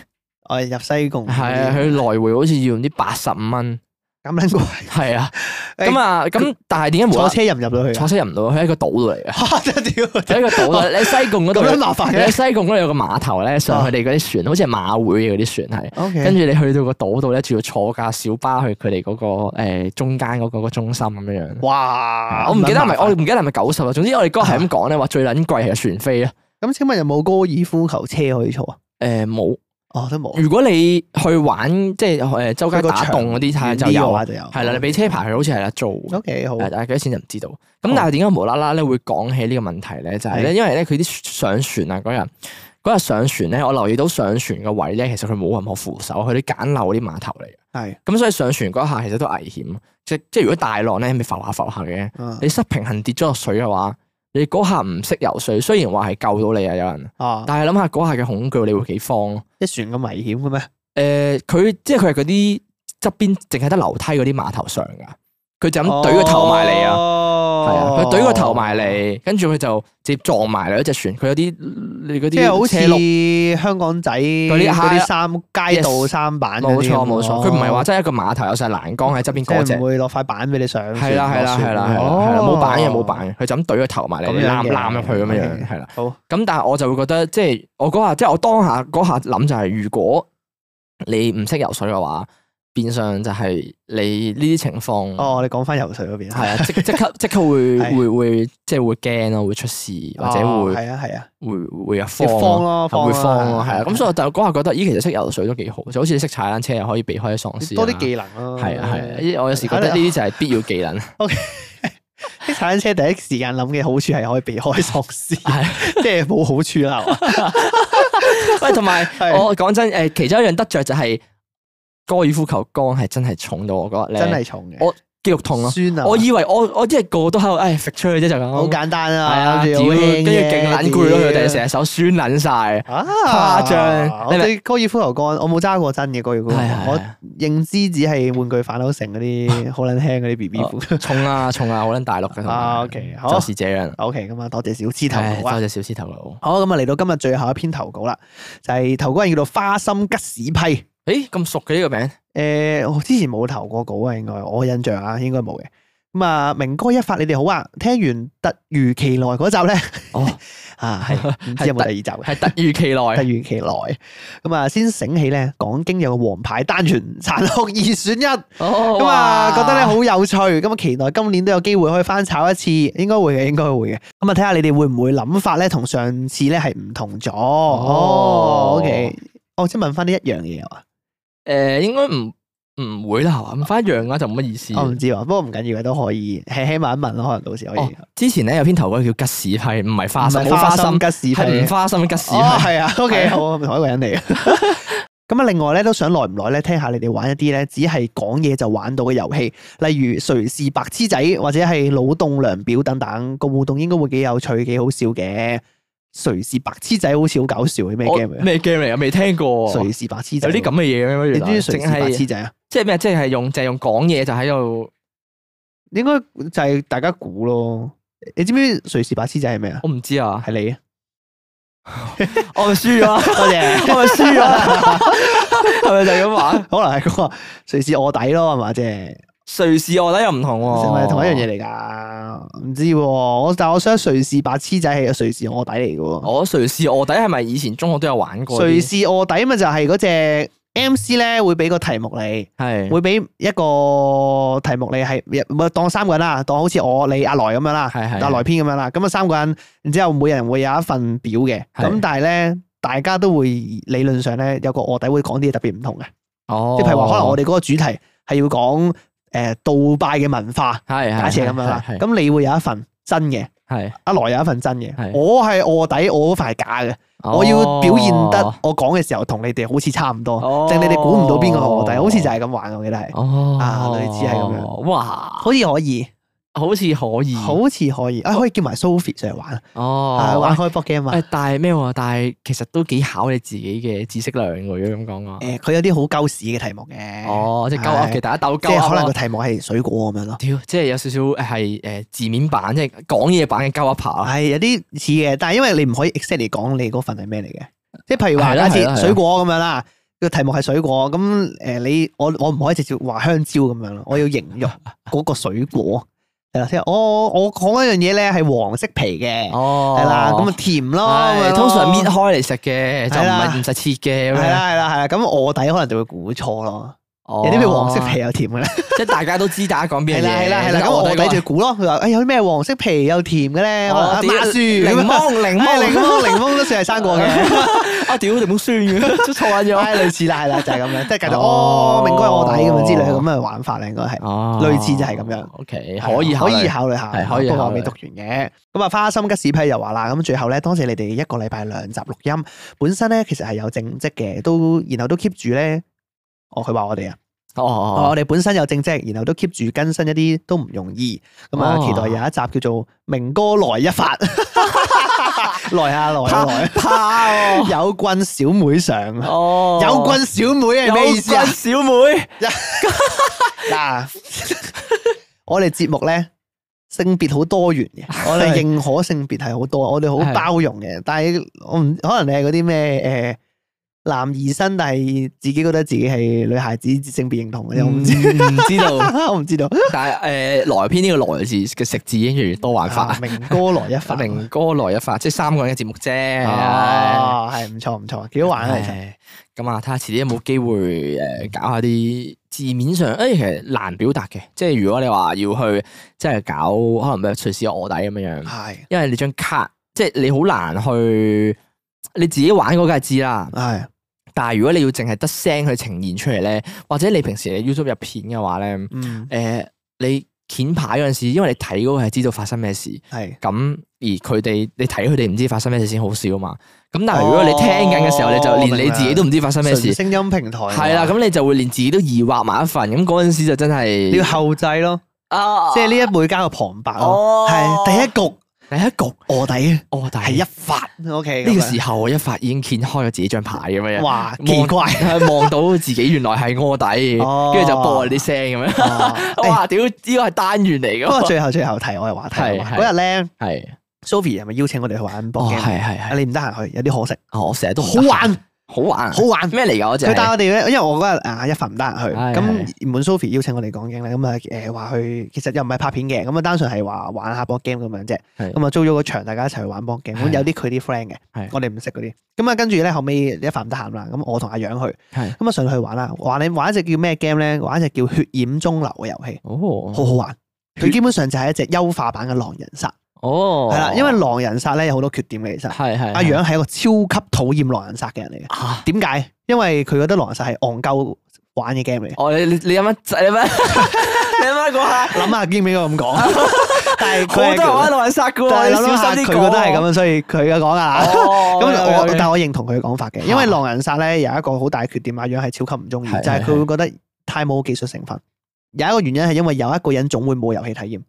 S1: 我哋入西貢嗰啲，
S2: 啊，佢來回好似要用啲八十五蚊，
S1: 咁撚貴，
S2: 係 啊，
S1: 誒
S2: 咁啊，咁但係點解冇
S1: 哎坐
S2: 啦
S1: 車入唔入到去啊？
S2: 坐車入唔到？佢喺一個島度嚟嘅，
S1: 嚇真係屌，
S2: 喺一個 島度，你喺西貢嗰度，
S1: 咁撚麻煩
S2: 你喺
S1: 嘅。啊
S2: 西貢嗰度有個碼頭咧，上佢哋嗰啲船，好似係馬會嘅嗰啲船係。
S1: O
S2: 跟
S1: K，
S2: 住你去到個島度咧，仲要坐架小巴去佢哋嗰個誒中間嗰個個中心咁樣樣。
S1: 哇！
S2: 我唔記得係咪，
S1: 咁撚麻
S2: 我
S1: 煩
S2: 唔記得係咪九十啦。啊總之我哋哥係咁講咧，話最撚貴係船飛啦。
S1: 咁請問有冇高爾夫球車可以坐啊？
S2: 誒冇，
S1: 哦，都冇。
S2: 如果你去玩即係誒周街打洞嗰啲，睇下就
S1: 遠啲嘅
S2: 有
S1: 話。就有。
S2: 係啦，你俾車牌佢好似係啦做。
S1: O K，好。哦
S2: 係但係幾多錢就唔知道。咁但係點解無啦啦咧會講起呢個問題咧？就係咧，因為咧佢啲上船啊嗰日，嗰日上船咧，我留意到上船嘅位咧，其實佢冇任何扶手，佢啲簡陋嗰啲碼頭嚟嘅。
S1: 係。
S2: 咁所以上船嗰下其實都危險。即即係如果大浪咧，咪浮下浮下嘅。
S1: 嗯
S2: 你失平衡跌咗落水嘅話，你嗰下唔識游水，雖然話係救到你啊有人，
S1: 啊，
S2: 但係諗下嗰下嘅恐懼，你會幾慌咯。
S1: 一船咁危險嘅咩？
S2: 誒、呃佢即係佢係嗰啲側邊淨係得樓梯嗰啲碼頭上噶，佢就咁
S1: 哦
S2: 懟個頭埋嚟啊，係
S1: 係
S2: 啊、佢懟個頭埋。嚟，跟住佢就直接撞埋嚟一隻船，佢有啲你嗰
S1: 即係好
S2: 啲車轆，
S1: 似香港仔嗰
S2: 啲
S1: 嗰
S2: 係啊
S1: 啲三街道
S2: Yes，
S1: 三板嗰
S2: 冇
S1: 啲
S2: 錯
S1: 咁啊
S2: 冇錯，
S1: 咯
S2: 佢唔係話真係一個碼頭有晒欄杆喺側邊嗰
S1: 即係
S2: 只
S1: 唔，會落塊板俾你上船。
S2: 係啦係啦
S1: 落
S2: 係
S1: 船
S2: 啦係啦
S1: 哦
S2: 係啦，冇板嘅冇板嘅，佢就咁懟個頭埋嚟，
S1: 咁
S2: 你
S1: 樣
S2: 攬
S1: 嘅
S2: 攬入去咁樣樣
S1: OK
S2: 係啦。
S1: 好
S2: 咁但係我就會覺得即係我嗰下即係我當下嗰下諗就係如果你唔識游水嘅話，變相就係你呢啲情況。
S1: 哦，你講翻游水嗰邊
S2: 系嗯啊，即即刻即 刻會
S1: 係
S2: 會會即係會驚咯，會出事或者會
S1: 係啊係啊，
S2: 會會有
S1: 即係慌
S2: 慌咯，
S1: 咯，
S2: 會慌咯，
S1: 啦
S2: 係啊。咁所以我就嗰下覺得，咦，其實識游水都幾好，就好似你識踩單車又可以避開啲喪屍啦。啊
S1: 多啲技能咯。
S2: 係啊係啊，因為我有時覺得呢啲就係必要技 能。
S1: 啲踩單車第一時間諗嘅好處係可以避開喪屍，
S2: 係，啊
S1: 即係冇好處啦。 係嘛
S2: 喂，同埋
S1: 係
S2: 我講真，誒，其中一樣得着就係高爾夫球杆係真係重到我覺得咧
S1: 真係重嘅，
S2: 我肌肉痛咯。
S1: 酸啊！
S2: 我以為我我即係個個都喺度，唉，揈出去啫就咁。
S1: 好簡單
S2: 係
S1: 啊，
S2: 啊，
S1: 諗
S2: 屌，
S1: 住
S2: 跟
S1: 好
S2: 住
S1: 輕啫
S2: 勁撚攰咯，佢哋
S1: 屌
S2: 成日手酸撚晒。
S1: 啊
S2: 誇張
S1: 我
S2: 你明
S1: 對高爾夫球杆，我冇揸過真嘅高爾夫球
S2: 係
S1: 杆，
S2: 係
S1: 我
S2: 係
S1: 認知只係玩具反斗城嗰啲好撚輕嗰啲 B B 款。
S2: 重啊重啊，好撚大陸嘅同埋。
S1: 啊，OK，好
S2: 就是這樣。
S1: O K，咁啊，多謝小黐
S2: 唉
S1: 頭
S2: 多
S1: 稿啊！
S2: 謝小獅頭佬。
S1: 好，咁啊，嚟到今日最後一篇投稿啦，就係投稿人叫做花心吉屎批。
S2: 誒咁熟嘅呢個名，
S1: 誒、我之前冇投過稿啊，應該我印象啊，應該冇嘅。咁啊，明哥一發你哋好啊！聽完突如其來嗰集咧，
S2: 哦
S1: 啊係唔 知有冇第二集嘅？
S2: 係突如其
S1: 突
S2: 來。
S1: 如其來咁啊，先醒起咧，港經有個黃牌單元殘酷二選一，
S2: 哦
S1: 咁啊覺得咧好有趣，咁啊期待今年都有機會可以翻炒一次，應該會嘅，應該會嘅。咁啊睇下你哋會唔會諗法咧，同上次咧係唔同咗。哦，OK，我先問翻呢一樣嘢啊，
S2: 誒應該唔唔會啦，係嘛？唔翻一樣啊嘅話就冇乜意思。
S1: 我哦唔知喎，不過唔緊要嘅都可以，輕輕問一問咯，可能到時可以。
S2: 哦之前咧有篇投稿叫吉屎批，唔係花心，
S1: 唔係
S2: 冇花心，
S1: 吉屎
S2: 係
S1: 批
S2: 唔花心吉屎批。
S1: 哦，係啊，OK，好，同一個人嚟 嘅。咁啊，另外咧都想耐唔耐咧聽下你哋玩一啲咧，只係講嘢就玩到嘅遊戲，例如誰是白痴仔或者係腦洞量表等等，個互動應該會幾有趣、幾好笑嘅。誰是白痴仔好似好搞笑嘅咩
S2: 我
S1: game 嚟
S2: 咩 game 嚟啊？未聽過。
S1: 啊？誰是白痴仔
S2: 有啲咁嘅嘢嘅咩？
S1: 你
S2: 原
S1: 知
S2: 來
S1: 唔知
S2: 淨
S1: 誰是白痴
S2: 係
S1: 仔啊？
S2: 即係咩？即係用就係用講嘢就喺度，
S1: 應該就係大家估咯。你知唔知誰是白痴仔係咩啊？
S2: 我唔知 啊。
S1: 係 你啊！
S2: 我咪輸咗，
S1: 多謝。
S2: 我 咪輸咗，係咪就係咁玩？
S1: 可能係嗰個誰是卧底咯，係嘛？即係。
S2: 瑞士我覺得又唔同喎，
S1: 係咪同一樣嘢嚟
S2: 哦
S1: 㗎？唔知喎，我但我想瑞士白痴仔係個瑞士卧底嚟嘅喎。
S2: 哦我瑞士卧底係咪以前中學都有玩過啲？
S1: 瑞士卧底咪就係嗰只 MC 咧會俾個題目你，
S2: 係
S1: 會俾一個題目你係唔係當三個人啦，當好似我你阿來咁樣啦，
S2: 係係
S1: 阿來篇咁樣啦，咁啊三個人，然之後每人會有一份表嘅，
S2: 係
S1: 咁但係咧大家都會理論上咧有個卧底會講啲嘢特別唔同嘅，
S2: 哦
S1: 即係譬如話可能我哋嗰個主題係要講誒杜拜嘅文化，
S2: 係
S1: 假設係咁樣啦，
S2: 啊係
S1: 咁你會有一份真嘅，
S2: 係
S1: 阿來有一份真嘅
S2: 係，哦
S1: 我係卧底，我嗰份係假嘅。我要表現得我講嘅時候同你哋好似差唔多，
S2: 哦
S1: 淨係你哋估唔到邊個係我弟，好似就係咁玩，我記得係，
S2: 哦
S1: 啊類似係咁樣
S2: 哇，
S1: 好似可以，
S2: 好似可以
S1: 好似可以，啊可以叫埋 Sophie 上嚟玩，啊
S2: 哦
S1: 玩開 board game 啊
S2: 誒，，但係咩喎？但係其實都幾考你自己嘅知識量喎。如果咁講嘅話，
S1: 誒佢有啲好鳩屎嘅題目嘅，
S2: 哎哦，即係鳩噏
S1: 係
S2: 嘅，大家鬥鳩
S1: 即係可能個
S2: 噏啊
S1: 題目係水果咁樣咯，
S2: 屌，即係有少少係誒字面版，即係講嘢版嘅鳩噏牌。
S1: 係有啲似嘅，但係因為你唔可以 exactly 講你嗰份係咩嚟嘅，即係譬如話
S2: 係啦
S1: 假
S2: 係啦係
S1: 設
S2: 啦
S1: 水果咁樣啦。個題目係水果，咁誒你我我唔可以直接話香蕉咁樣咯，我要形 容嗰個水果係啦，即係我我講一樣嘢咧係黃色皮嘅，
S2: 哦，
S1: 係啦，咁啊甜咯，咁樣
S2: 係
S1: 咯
S2: 通常搣開嚟食嘅，就唔
S1: 係啦
S2: 係唔使切嘅咁
S1: 係
S2: 樣。
S1: 啦係啦係啦，咁卧底可能就會估錯咯，
S2: 哦
S1: 有啲咩黃色皮，又甜嘅咧，
S2: 即係大家都知大家講邊
S1: 係
S2: 樣
S1: 啦
S2: 嘢。
S1: 係啦係啦，咁卧底就估咯，佢話哎誒有啲咩黃色皮又甜嘅咧，可能啊
S2: 哦屌
S1: 馬樹
S2: 檸檬檸
S1: 檸檬
S2: 檬
S1: 檸檬檸檬都算係生 果嘅，
S2: 啊屌，檸檬酸嘅，都錯撚咗。
S1: 係哎類似啦係啦就係咁 樣，即係繼續
S2: 哦
S1: 哦明哥係卧底咁樣之類咁嘅玩法咧，應該係
S2: 哦
S1: 類似就係咁樣
S2: O K，可以
S1: 可
S2: 考慮
S1: 以考慮下，
S2: 係可以
S1: 不過我
S2: 考慮
S1: 未讀完嘅。咁啊，花心吉士批又話啦，咁最後咧，當時你哋一個禮拜兩集錄音，本身咧其實係有正職嘅，都然後都 keep 住咧。哦，佢話我哋啊，
S2: 哦哦
S1: 哦
S2: 哦
S1: 我哋本身有正職，然後都 keep 住更新一啲都唔容易。咁啊，
S2: 哦
S1: 期待有一集叫做《明哥來一 發》，來啊來啊來啊，
S2: 怕喎
S1: 有棍小妹上，
S2: 哦，
S1: 有棍小妹係咩意思啊
S2: 有棍？小妹。
S1: 嗱，我哋節目咧性別好多元嘅，我哋認可性別係好多，我哋好
S2: 係
S1: 包容嘅。但係我唔可能你係嗰啲咩誒男兒身，但係自己覺得自己係女孩子性別認同
S2: 嗯
S1: 嘅，我唔知，
S2: 唔知道，
S1: 我唔知道。
S2: 但係誒來篇呢個來字嘅食字已經越嚟越多玩
S1: 啊
S2: 法，
S1: 明哥來一發，
S2: 明哥來一發，即係三個人嘅節目啫。
S1: 哦，係唔錯唔錯，幾好玩啊！其實
S2: 啊係咁啊，睇下遲啲有冇機會誒搞下啲字面上，誒其實難表達嘅，即係如果你話要去即係搞可能咩隨時有卧底咁樣樣，
S1: 係
S2: 因為你張卡即係你好難去你自己玩嗰個梗係知啦，
S1: 係
S2: 但係如果你要淨係得聲去呈現出嚟咧，或者你平時你 YouTube 入片嘅話咧，誒、
S1: 嗯
S2: 你掀牌嗰陣時，因為你睇嗰個係知道發生咩事，
S1: 係。
S2: 咁而佢哋你睇佢哋唔知發生咩事先好笑嘛。咁但係如果你聽緊嘅時候，
S1: 哦
S2: 你就連你自己都唔知發生咩
S1: 純
S2: 事，
S1: 聲音平台
S2: 係啦，咁你就會連自己都疑惑埋一份。咁嗰陣時就真係
S1: 你要後製咯，
S2: 啊
S1: 即係呢一每加個旁白咯
S2: 哦，
S1: 係第一局
S2: 第一局
S1: 卧底啊。
S2: 哦，但
S1: 係
S2: 係
S1: 一
S2: 一
S1: 發
S2: 呢
S1: ，OK
S2: 個
S1: 咁樣
S2: 時啊候我一發已經掀開咗自己張牌咁樣。
S1: 哇
S2: 望
S1: 奇怪，
S2: 望 到自己原來係卧底，
S1: 哦
S2: 跟住就播你啲聲咁樣。
S1: 哦誒
S2: 哇！屌，呢個係單元嚟
S1: 不過
S2: 噶，
S1: 最後最後提我嘅話題啊
S2: 係係
S1: 嗰日咧
S2: 係
S1: ，Sophie 係咪邀請我哋去玩
S2: 哦，係
S1: board game？
S2: 係係
S1: 啊，你唔得閒去，有啲可惜。
S2: 哦我成日都唔得
S1: 好玩，
S2: 好玩，
S1: 好玩。
S2: 咩嚟㗎？嗰隻
S1: 佢帶我哋咧，因為我嗰日啊一份唔得閒去，
S2: 係
S1: 咁原本 Sophie 邀請我哋講經咧，咁啊誒話去，其實又唔係拍片嘅，咁啊單純係話玩下 board game 咁樣啫，
S2: 係
S1: 咁啊租咗個場，大家一齊去玩 board game，咁
S2: 係
S1: 有啲佢啲 friend 嘅
S2: 係，
S1: 我哋唔識嗰啲，咁啊跟住咧後尾一份唔得閒啦，咁我同阿楊去，
S2: 係
S1: 咁啊上去玩啦，玩你玩一隻叫咩 game 咧？玩一隻叫血染中流嘅遊戲。
S2: 哦
S1: 好好玩。佢基本上就係一隻優化版嘅狼人殺，
S2: 哦，
S1: 係啦，因為狼人殺咧有好多缺點嘅，其實
S2: 係係
S1: 阿楊係一個超級討厭狼人殺嘅人嚟嘅。
S2: 啊，
S1: 點解？因為佢覺得狼人殺係戇鳩玩嘅 game 嚟嘅。
S2: 哦你你你有乜 你有乜你有乜嗰下？
S1: 諗下應唔應該 咁講？但係
S2: 好多
S1: 佢
S2: 人玩
S1: 係
S2: 狼人殺噶喎，
S1: 但
S2: 你
S1: 係諗
S2: 小
S1: 下
S2: 心啲
S1: 佢覺
S2: 講。
S1: 得係咁樣，所以佢嘅講啊。
S2: 哦，
S1: 咁
S2: 有
S1: 我
S2: 有有
S1: 但係我認同佢嘅講法嘅，因為
S2: 嚇
S1: 狼人殺咧有一個好大缺點，阿楊係超級唔中意，就
S2: 係
S1: 係
S2: 係
S1: 佢會覺得太冇技術成分。有一個原因係因為有一個人總會冇遊戲體驗，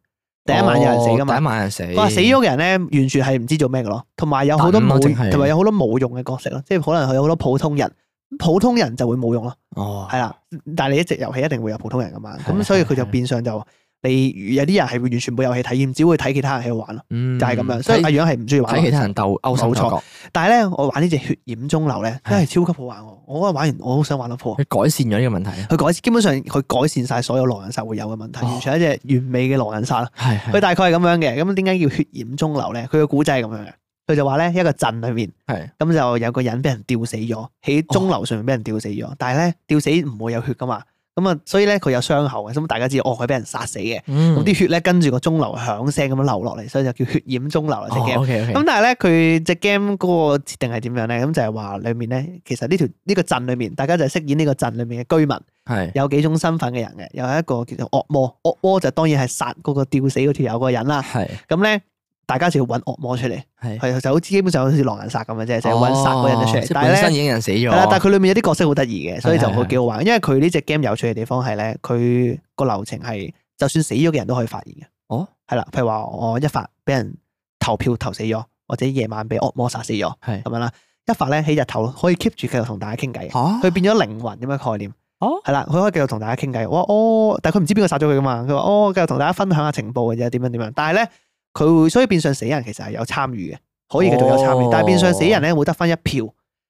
S1: 第一晚有人死噶嘛
S2: 哦第一。晚有人死，哦
S1: 佢話死咗嘅人咧，完全係唔知做咩嘅咯，同埋有好多
S2: 等咯淨
S1: 冇，
S2: 係
S1: 同埋有好多冇用嘅角色咯，即係可能佢有好多普通人，普通人就會冇用咯，
S2: 哦，
S1: 係啦。但係你一直遊戲一定會有普通人噶嘛，咁
S2: 係
S1: 所以佢就
S2: 係
S1: 變相就你有啲人係完全冇遊戲體驗，只會睇其他人喺度玩咯，
S2: 嗯
S1: 就係咁樣。所以阿
S2: 睇
S1: 楊係唔中意玩
S2: 睇其
S1: 狼人殺。
S2: 他人鬥勾手
S1: 冇錯
S2: 鬥角，
S1: 但係咧，我玩呢只血染中流咧，真係超級好玩喎！我嗰日玩完，我好想玩到破。
S2: 佢改善咗呢個問題啊。
S1: 佢改基本上佢改善晒所有狼人殺會有嘅問題，
S2: 哦
S1: 完全係一隻完美嘅狼人殺啦。
S2: 係係
S1: 佢大概係咁樣嘅，咁點解叫血染中流咧？佢個古仔係咁樣嘅，佢就話咧一個鎮裏面，
S2: 係
S1: 咁就有個人俾人吊死咗，喺鐘樓上面俾人吊死咗，但係咧吊死唔會有血噶嘛，咁啊所以咧佢有傷口嘅，咁大家知道哦佢俾人殺死嘅，咁
S2: 咁
S1: 啲血咧跟住個鐘樓響聲咁樣流落嚟，所以就叫血染鐘樓啦只 game。
S2: O K O
S1: 咁但係咧，佢只 game 嗰個設定係點樣咧？咁就係話裏面咧，其實呢條呢個鎮裏面，大家就係飾演呢個鎮裏面嘅居民，
S2: K，系
S1: 有幾種身份嘅人嘅，有一個叫做惡魔，惡魔就當然係殺嗰個吊死嗰條友嗰個人啦。
S2: 系
S1: 咁咧，大家就要揾惡魔出嚟，
S2: 系，
S1: 係就好似基本上好似狼人殺咁嘅啫，就係揾殺嗰人出
S2: 嗯哦
S1: 嚟
S2: 即。係
S1: 但
S2: 本
S1: 係
S2: 身已
S1: 咧，
S2: 經有人死
S1: 係
S2: 咗，
S1: 啦，但係佢裏面有啲角色好得意嘅，所以就
S2: 係係
S1: 好幾好玩。因為佢呢只 game 有趣嘅地方係咧，佢個流程係就算死咗嘅人都可以發現嘅。
S2: 哦，
S1: 係啦，譬如話我一發俾人投票投死咗，或者夜晚俾惡魔殺死咗
S2: 係
S1: 咁樣啦，一發咧喺日頭可以 keep 住繼續同大家傾偈嘅。
S2: 吓
S1: 佢變咗靈魂咁嘅概念。
S2: 哦
S1: 係啦，佢可以繼續同大家傾偈。我話哦，但係佢唔知邊個殺咗佢噶嘛？佢話哦，繼續同大家分享下情報嘅啫，點樣點樣。但係咧，佢會所以變相死人其實係有參與嘅，可以繼續有參與。
S2: 哦
S1: 但係變相死人咧會得翻一票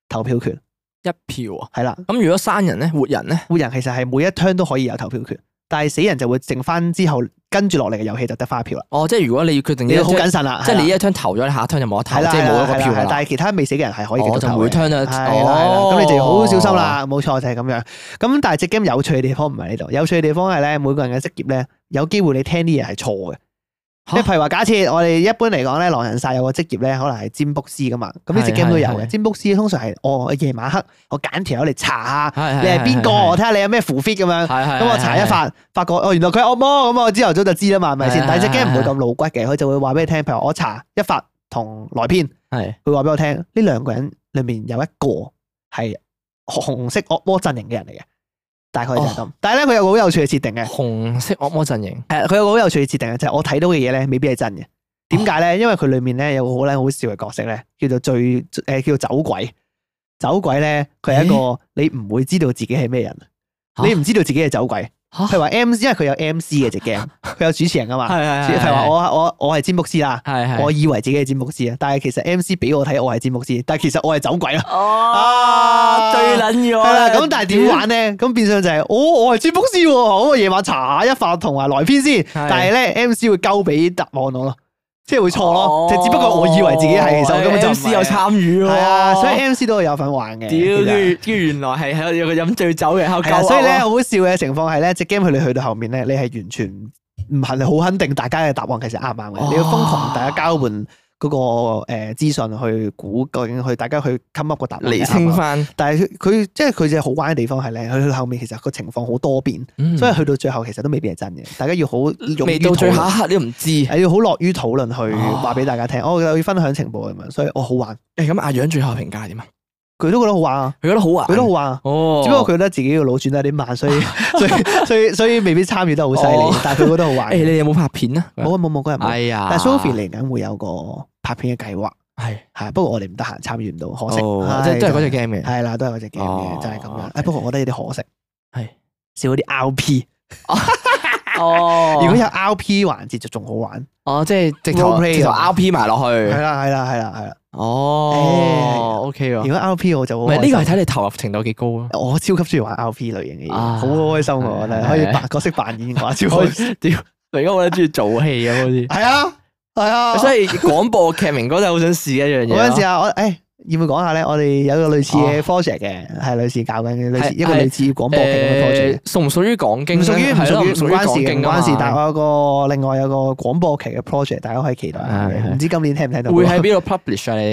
S1: 投票權，
S2: 一票啊！
S1: 係啦。
S2: 咁如果生人咧，活人咧，
S1: 活人其實係每一 turn 都可以有投票權，但係死人就會剩翻之後跟住落嚟嘅遊戲就得翻一票啦。
S2: 哦，即係如果你要決定呢
S1: 你
S2: 一
S1: 要好
S2: turn，
S1: 謹慎啦，
S2: 即
S1: 係
S2: 係
S1: 啦
S2: 你呢一 turn 投咗，你下一 turn 就冇得投，
S1: 係啦
S2: 即係冇一個票
S1: 係啦係啦
S2: 啦。
S1: 但係其他未死嘅人係可以
S2: 我
S1: 繼續
S2: 哦就
S1: 投
S2: 每
S1: 嘅
S2: turn
S1: 係
S2: 都
S1: 啦係啦咁你就要好小心
S2: 哦。
S1: 啦，冇錯就係咁樣。咁但係只 game 有趣嘅地方唔係呢度，有趣嘅地方係咧，每個人嘅職業咧，有機會你聽啲嘢係錯嘅。
S2: 嚇
S1: 即係譬如話，假設我哋一般嚟講咧，狼人殺有個職業咧，可能係占卜師噶嘛，咁呢只
S2: 係
S1: game 都有
S2: 係
S1: 嘅。
S2: 係
S1: 占卜師通常係我夜晚黑，我揀條友嚟查下
S2: 係係
S1: 你係邊個，
S2: 係係
S1: 我睇下你有咩符 fit 咁樣。
S2: 係係
S1: 咁我查一，發，發覺哦，原來佢係惡魔，咁我朝頭早就知啦嘛，係咪
S2: 係
S1: 先？
S2: 係
S1: 但係隻
S2: 係
S1: game 唔會
S2: 係
S1: 咁露骨嘅，佢就會話俾你聽，譬如我查一發同萊編。
S2: 係
S1: 佢話俾我聽，呢兩個人裏面有一個係紅色惡魔陣營嘅人嚟嘅，大概就係咁。但係咧，佢有個好有趣嘅設定嘅，
S2: 紅色惡魔陣營。
S1: 哦誒，佢有個好有趣嘅設定嘅，就係、我睇到嘅嘢咧，未必係真嘅。點解咧？因為佢裏面咧有個好撚好笑嘅角色咧，叫做最誒、叫做走鬼。走鬼咧，佢係一個你唔會知道自己係咩人，啊
S2: 嚇
S1: 你唔知道自己係走鬼。
S2: 嚇
S1: 譬如話 M，因為佢有 MC 嘅隻 game，佢有主持人噶嘛。
S2: 係
S1: 譬如話我我我係占卜師啦，
S2: 係係
S1: 我以為自己係占卜師啊，但係其實 MC 俾我睇我係占卜師，但係其實我係走鬼啦。
S2: 哦，最撚要
S1: 係啦，咁但係點玩咧？咁變相就係、哦，我係占卜師喎，咁我夜晚查下一發同埋萊編先，但係咧 MC 會交俾答案我咯，即係會錯
S2: 哦
S1: 咯，就、只不過我以為自己係，其實我根本就唔
S2: MC 哎有
S1: 係。
S2: 參與喎。
S1: 係啊，所以 MC 都有份玩嘅。
S2: 屌，
S1: 其
S2: 跟
S1: 實
S2: 住跟住原來係喺有個飲醉酒嘅喺
S1: 係啊，
S2: 度。
S1: 所以咧，好笑嘅情況係咧，只 game 佢哋去到後面咧，你係完全唔係好肯定大家嘅答案其實啱唔啱嘅，你要瘋狂大家交換嗰個誒資訊去估究竟去大家去 come up 個答案
S2: 釐
S1: 係啱唔
S2: 清
S1: 啱。
S2: 翻，
S1: 但係佢佢即係佢嘅好玩嘅地方係咧，佢去到後面其實個情況好多變，所以去到最後其實都未必係真嘅，大家要好勇
S2: 未
S1: 於
S2: 到最
S1: 討論
S2: 後一刻你都唔知。
S1: 係要好樂於討論去
S2: 哦
S1: 話俾大家聽，我有分享情報咁樣，所以我好玩，
S2: 誒哎咁阿楊最後評價係點啊？
S1: 佢都覺得好玩啊，
S2: 佢覺得好玩，
S1: 佢都好玩啊。
S2: 哦，
S1: 只不過佢覺得自己個腦轉得有啲 慢，所以所以所以所以未必參與得好犀
S2: 哦
S1: 利，但係佢覺得好玩
S2: 誒，。你哋有冇拍片啊？
S1: 冇啊冇冇嗰日冇，
S2: 哎呀，
S1: 但係 Sophie 嚟緊會有個拍片嘅計劃，
S2: 係
S1: 係不過我哋唔得閒參與唔到，可惜。
S2: 哦即係都係嗰隻
S1: 隻
S2: game 嘅，
S1: 係啦，都係嗰隻 game
S2: 哦
S1: 嘅，就係咁樣。哎
S2: OK
S1: 誒不過我覺得有啲可惜，
S2: 係
S1: 少咗啲 RP。
S2: 哦
S1: 如果有 RP 環節就仲好玩。
S2: 哦，即係直頭
S1: Role play
S2: 直頭
S1: 啊
S2: RP 埋落
S1: 係
S2: 去，
S1: 啦係啦係啦係啦。
S2: 哦，OK
S1: 如
S2: 喎，
S1: 果 RP 我就
S2: 啊唔
S1: 好
S2: 係
S1: 開
S2: 呢
S1: 心。
S2: 個係睇你投入程度幾高啊。
S1: 我超級中意玩 RP 類型嘅嘢，
S2: 啊
S1: 好開心我覺
S2: 係
S1: 得
S2: 係啊
S1: 可以
S2: 係
S1: 扮角色扮演嘅話超
S2: 我
S1: 開心。
S2: 屌，而家我都中意做戲咁好似。
S1: 係啊係啊，
S2: 所以廣播劇名歌真係好想試一樣嘢咯。
S1: 嗰陣時啊，我誒要唔要講下咧？我哋有個類似嘅 project 嘅，係類似搞緊嘅，類
S2: 哦係
S1: 似一個類似廣播劇咁嘅 project
S2: 誒。屬唔屬於講經
S1: 唔
S2: 咧？
S1: 屬於唔
S2: 係咯
S1: 屬於唔
S2: 講
S1: 關事嘅，
S2: 經
S1: 唔
S2: 啊嘛
S1: 關事。但係我有個另外有個廣播劇嘅 project，大家可以期待下
S2: 係
S1: 嘅。
S2: 係
S1: 唔知今年聽唔聽到？
S2: 會喺邊度 publish 啊？你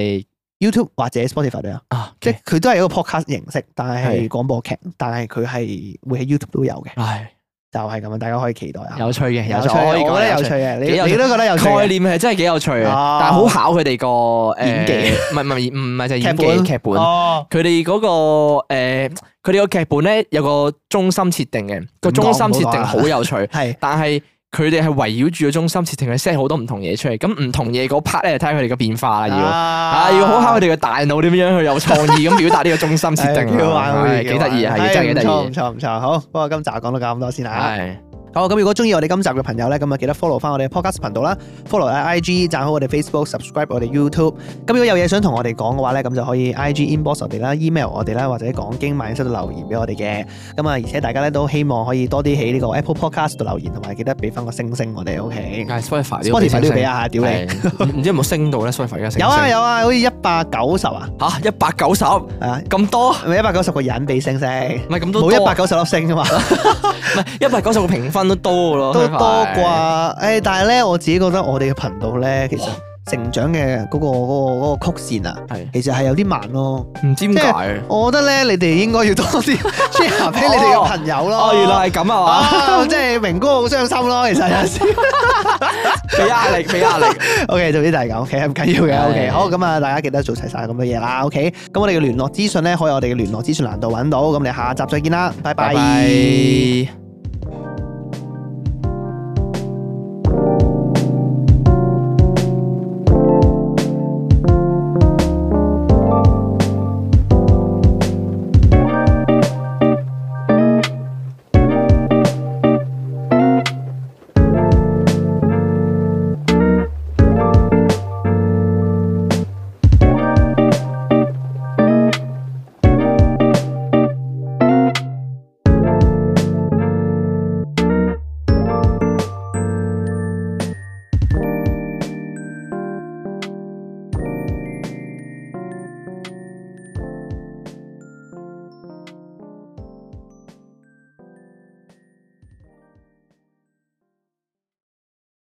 S2: 哋
S1: YouTube 或者 Spotify 都有，
S2: 啊，
S1: 即
S2: 即
S1: 係佢都係一個 podcast 形式，但
S2: 係
S1: 係係廣播劇，但係佢係會喺 YouTube 都有嘅，
S2: 唉，
S1: 就係咁樣，啊大家可以期待下。
S2: 有趣嘅，
S1: 有
S2: 趣，
S1: 趣，
S2: 我可以
S1: 我覺
S2: 講
S1: 得
S2: 有
S1: 有趣
S2: 趣。
S1: 嘅，
S2: 幾
S1: 你
S2: 有
S1: 你都覺得有趣嘅。
S2: 概念係真係幾有趣嘅，
S1: 啊
S2: 但係好考佢哋個誒
S1: 演技
S2: 唔係唔係唔係就係演
S1: 劇
S2: 技
S1: 本
S2: 劇本。
S1: 哦，
S2: 佢哋嗰個誒，佢哋個劇本咧有個中心設定嘅，個中心設
S1: 啊
S2: 定好有 趣，
S1: 係
S2: 但係佢哋係圍繞住個中心設定去 set 好多唔同嘢出嚟。咁唔同嘢嗰 part 咧，睇下佢哋嘅變化啦，要。啊！
S1: 啊
S2: 要好考佢哋嘅大腦點樣去有創意咁表達呢個中心 設定，啊
S1: 哎係幾好玩，好
S2: 係
S1: 似
S2: 幾得意啊！係
S1: 係
S2: 真係幾得
S1: 唔錯唔
S2: 意，
S1: 錯唔錯，好，不過今集講到咁多先啦。
S2: 係。
S1: 好，咁如果中意我哋今集嘅朋友咧，咁啊記得 follow 翻我哋嘅 podcast 頻道啦，follow 啊 IG，讚好我哋 Facebook，subscribe 我哋 YouTube。咁如果有嘢想同我哋講嘅話咧，咁就可以 IG inbox 我哋啦，email 我哋啦，或者講經萬應室度留言俾我哋嘅。咁啊，而且大家咧都希望可以多啲喺呢個 Apple Podcast 度留言，同埋記得俾翻個星星我哋，OK？
S2: 但係 Spotify 呢個
S1: Spotify 都要俾
S2: 啊！
S1: 啊，屌你！
S2: 唔唔知有冇升到咧？Spotify 而家升
S1: 有啊
S2: 有
S1: 有啊，好似一百九十啊，
S2: 嚇一百九十咁
S1: 係啊，
S2: 多，唔
S1: 咪一百九十個人俾星星，
S2: 係咁都
S1: 冇一
S2: 多
S1: 百
S2: 啊，
S1: 九十粒星啫嘛。
S2: 唔係一百九十個評分都多噶咯，
S1: 都
S2: Spotify
S1: 多啩，誒、但係咧，我自己覺得我哋嘅頻道咧，其實成長嘅嗰、個嗰、個嗰個曲線啊，
S2: 係
S1: 其實係有啲慢咯。
S2: 唔知點解。啊
S1: 我覺得咧，你哋應該要多啲 share 俾你哋嘅朋友咯。
S2: 哦，原來係咁啊嘛，
S1: 啊，即係明哥好傷心咯，其實有陣時。
S2: 俾壓力，俾壓力。
S1: OK，總之就係咁，OK 唔緊要嘅
S2: 係
S1: ，OK 好咁啊，大家記得做齊晒咁多嘢啦，OK。咁我哋嘅聯絡資訊咧，可以我哋嘅聯絡資訊欄度揾到。咁你下集再見啦，拜
S2: 拜
S1: 拜
S2: 拜。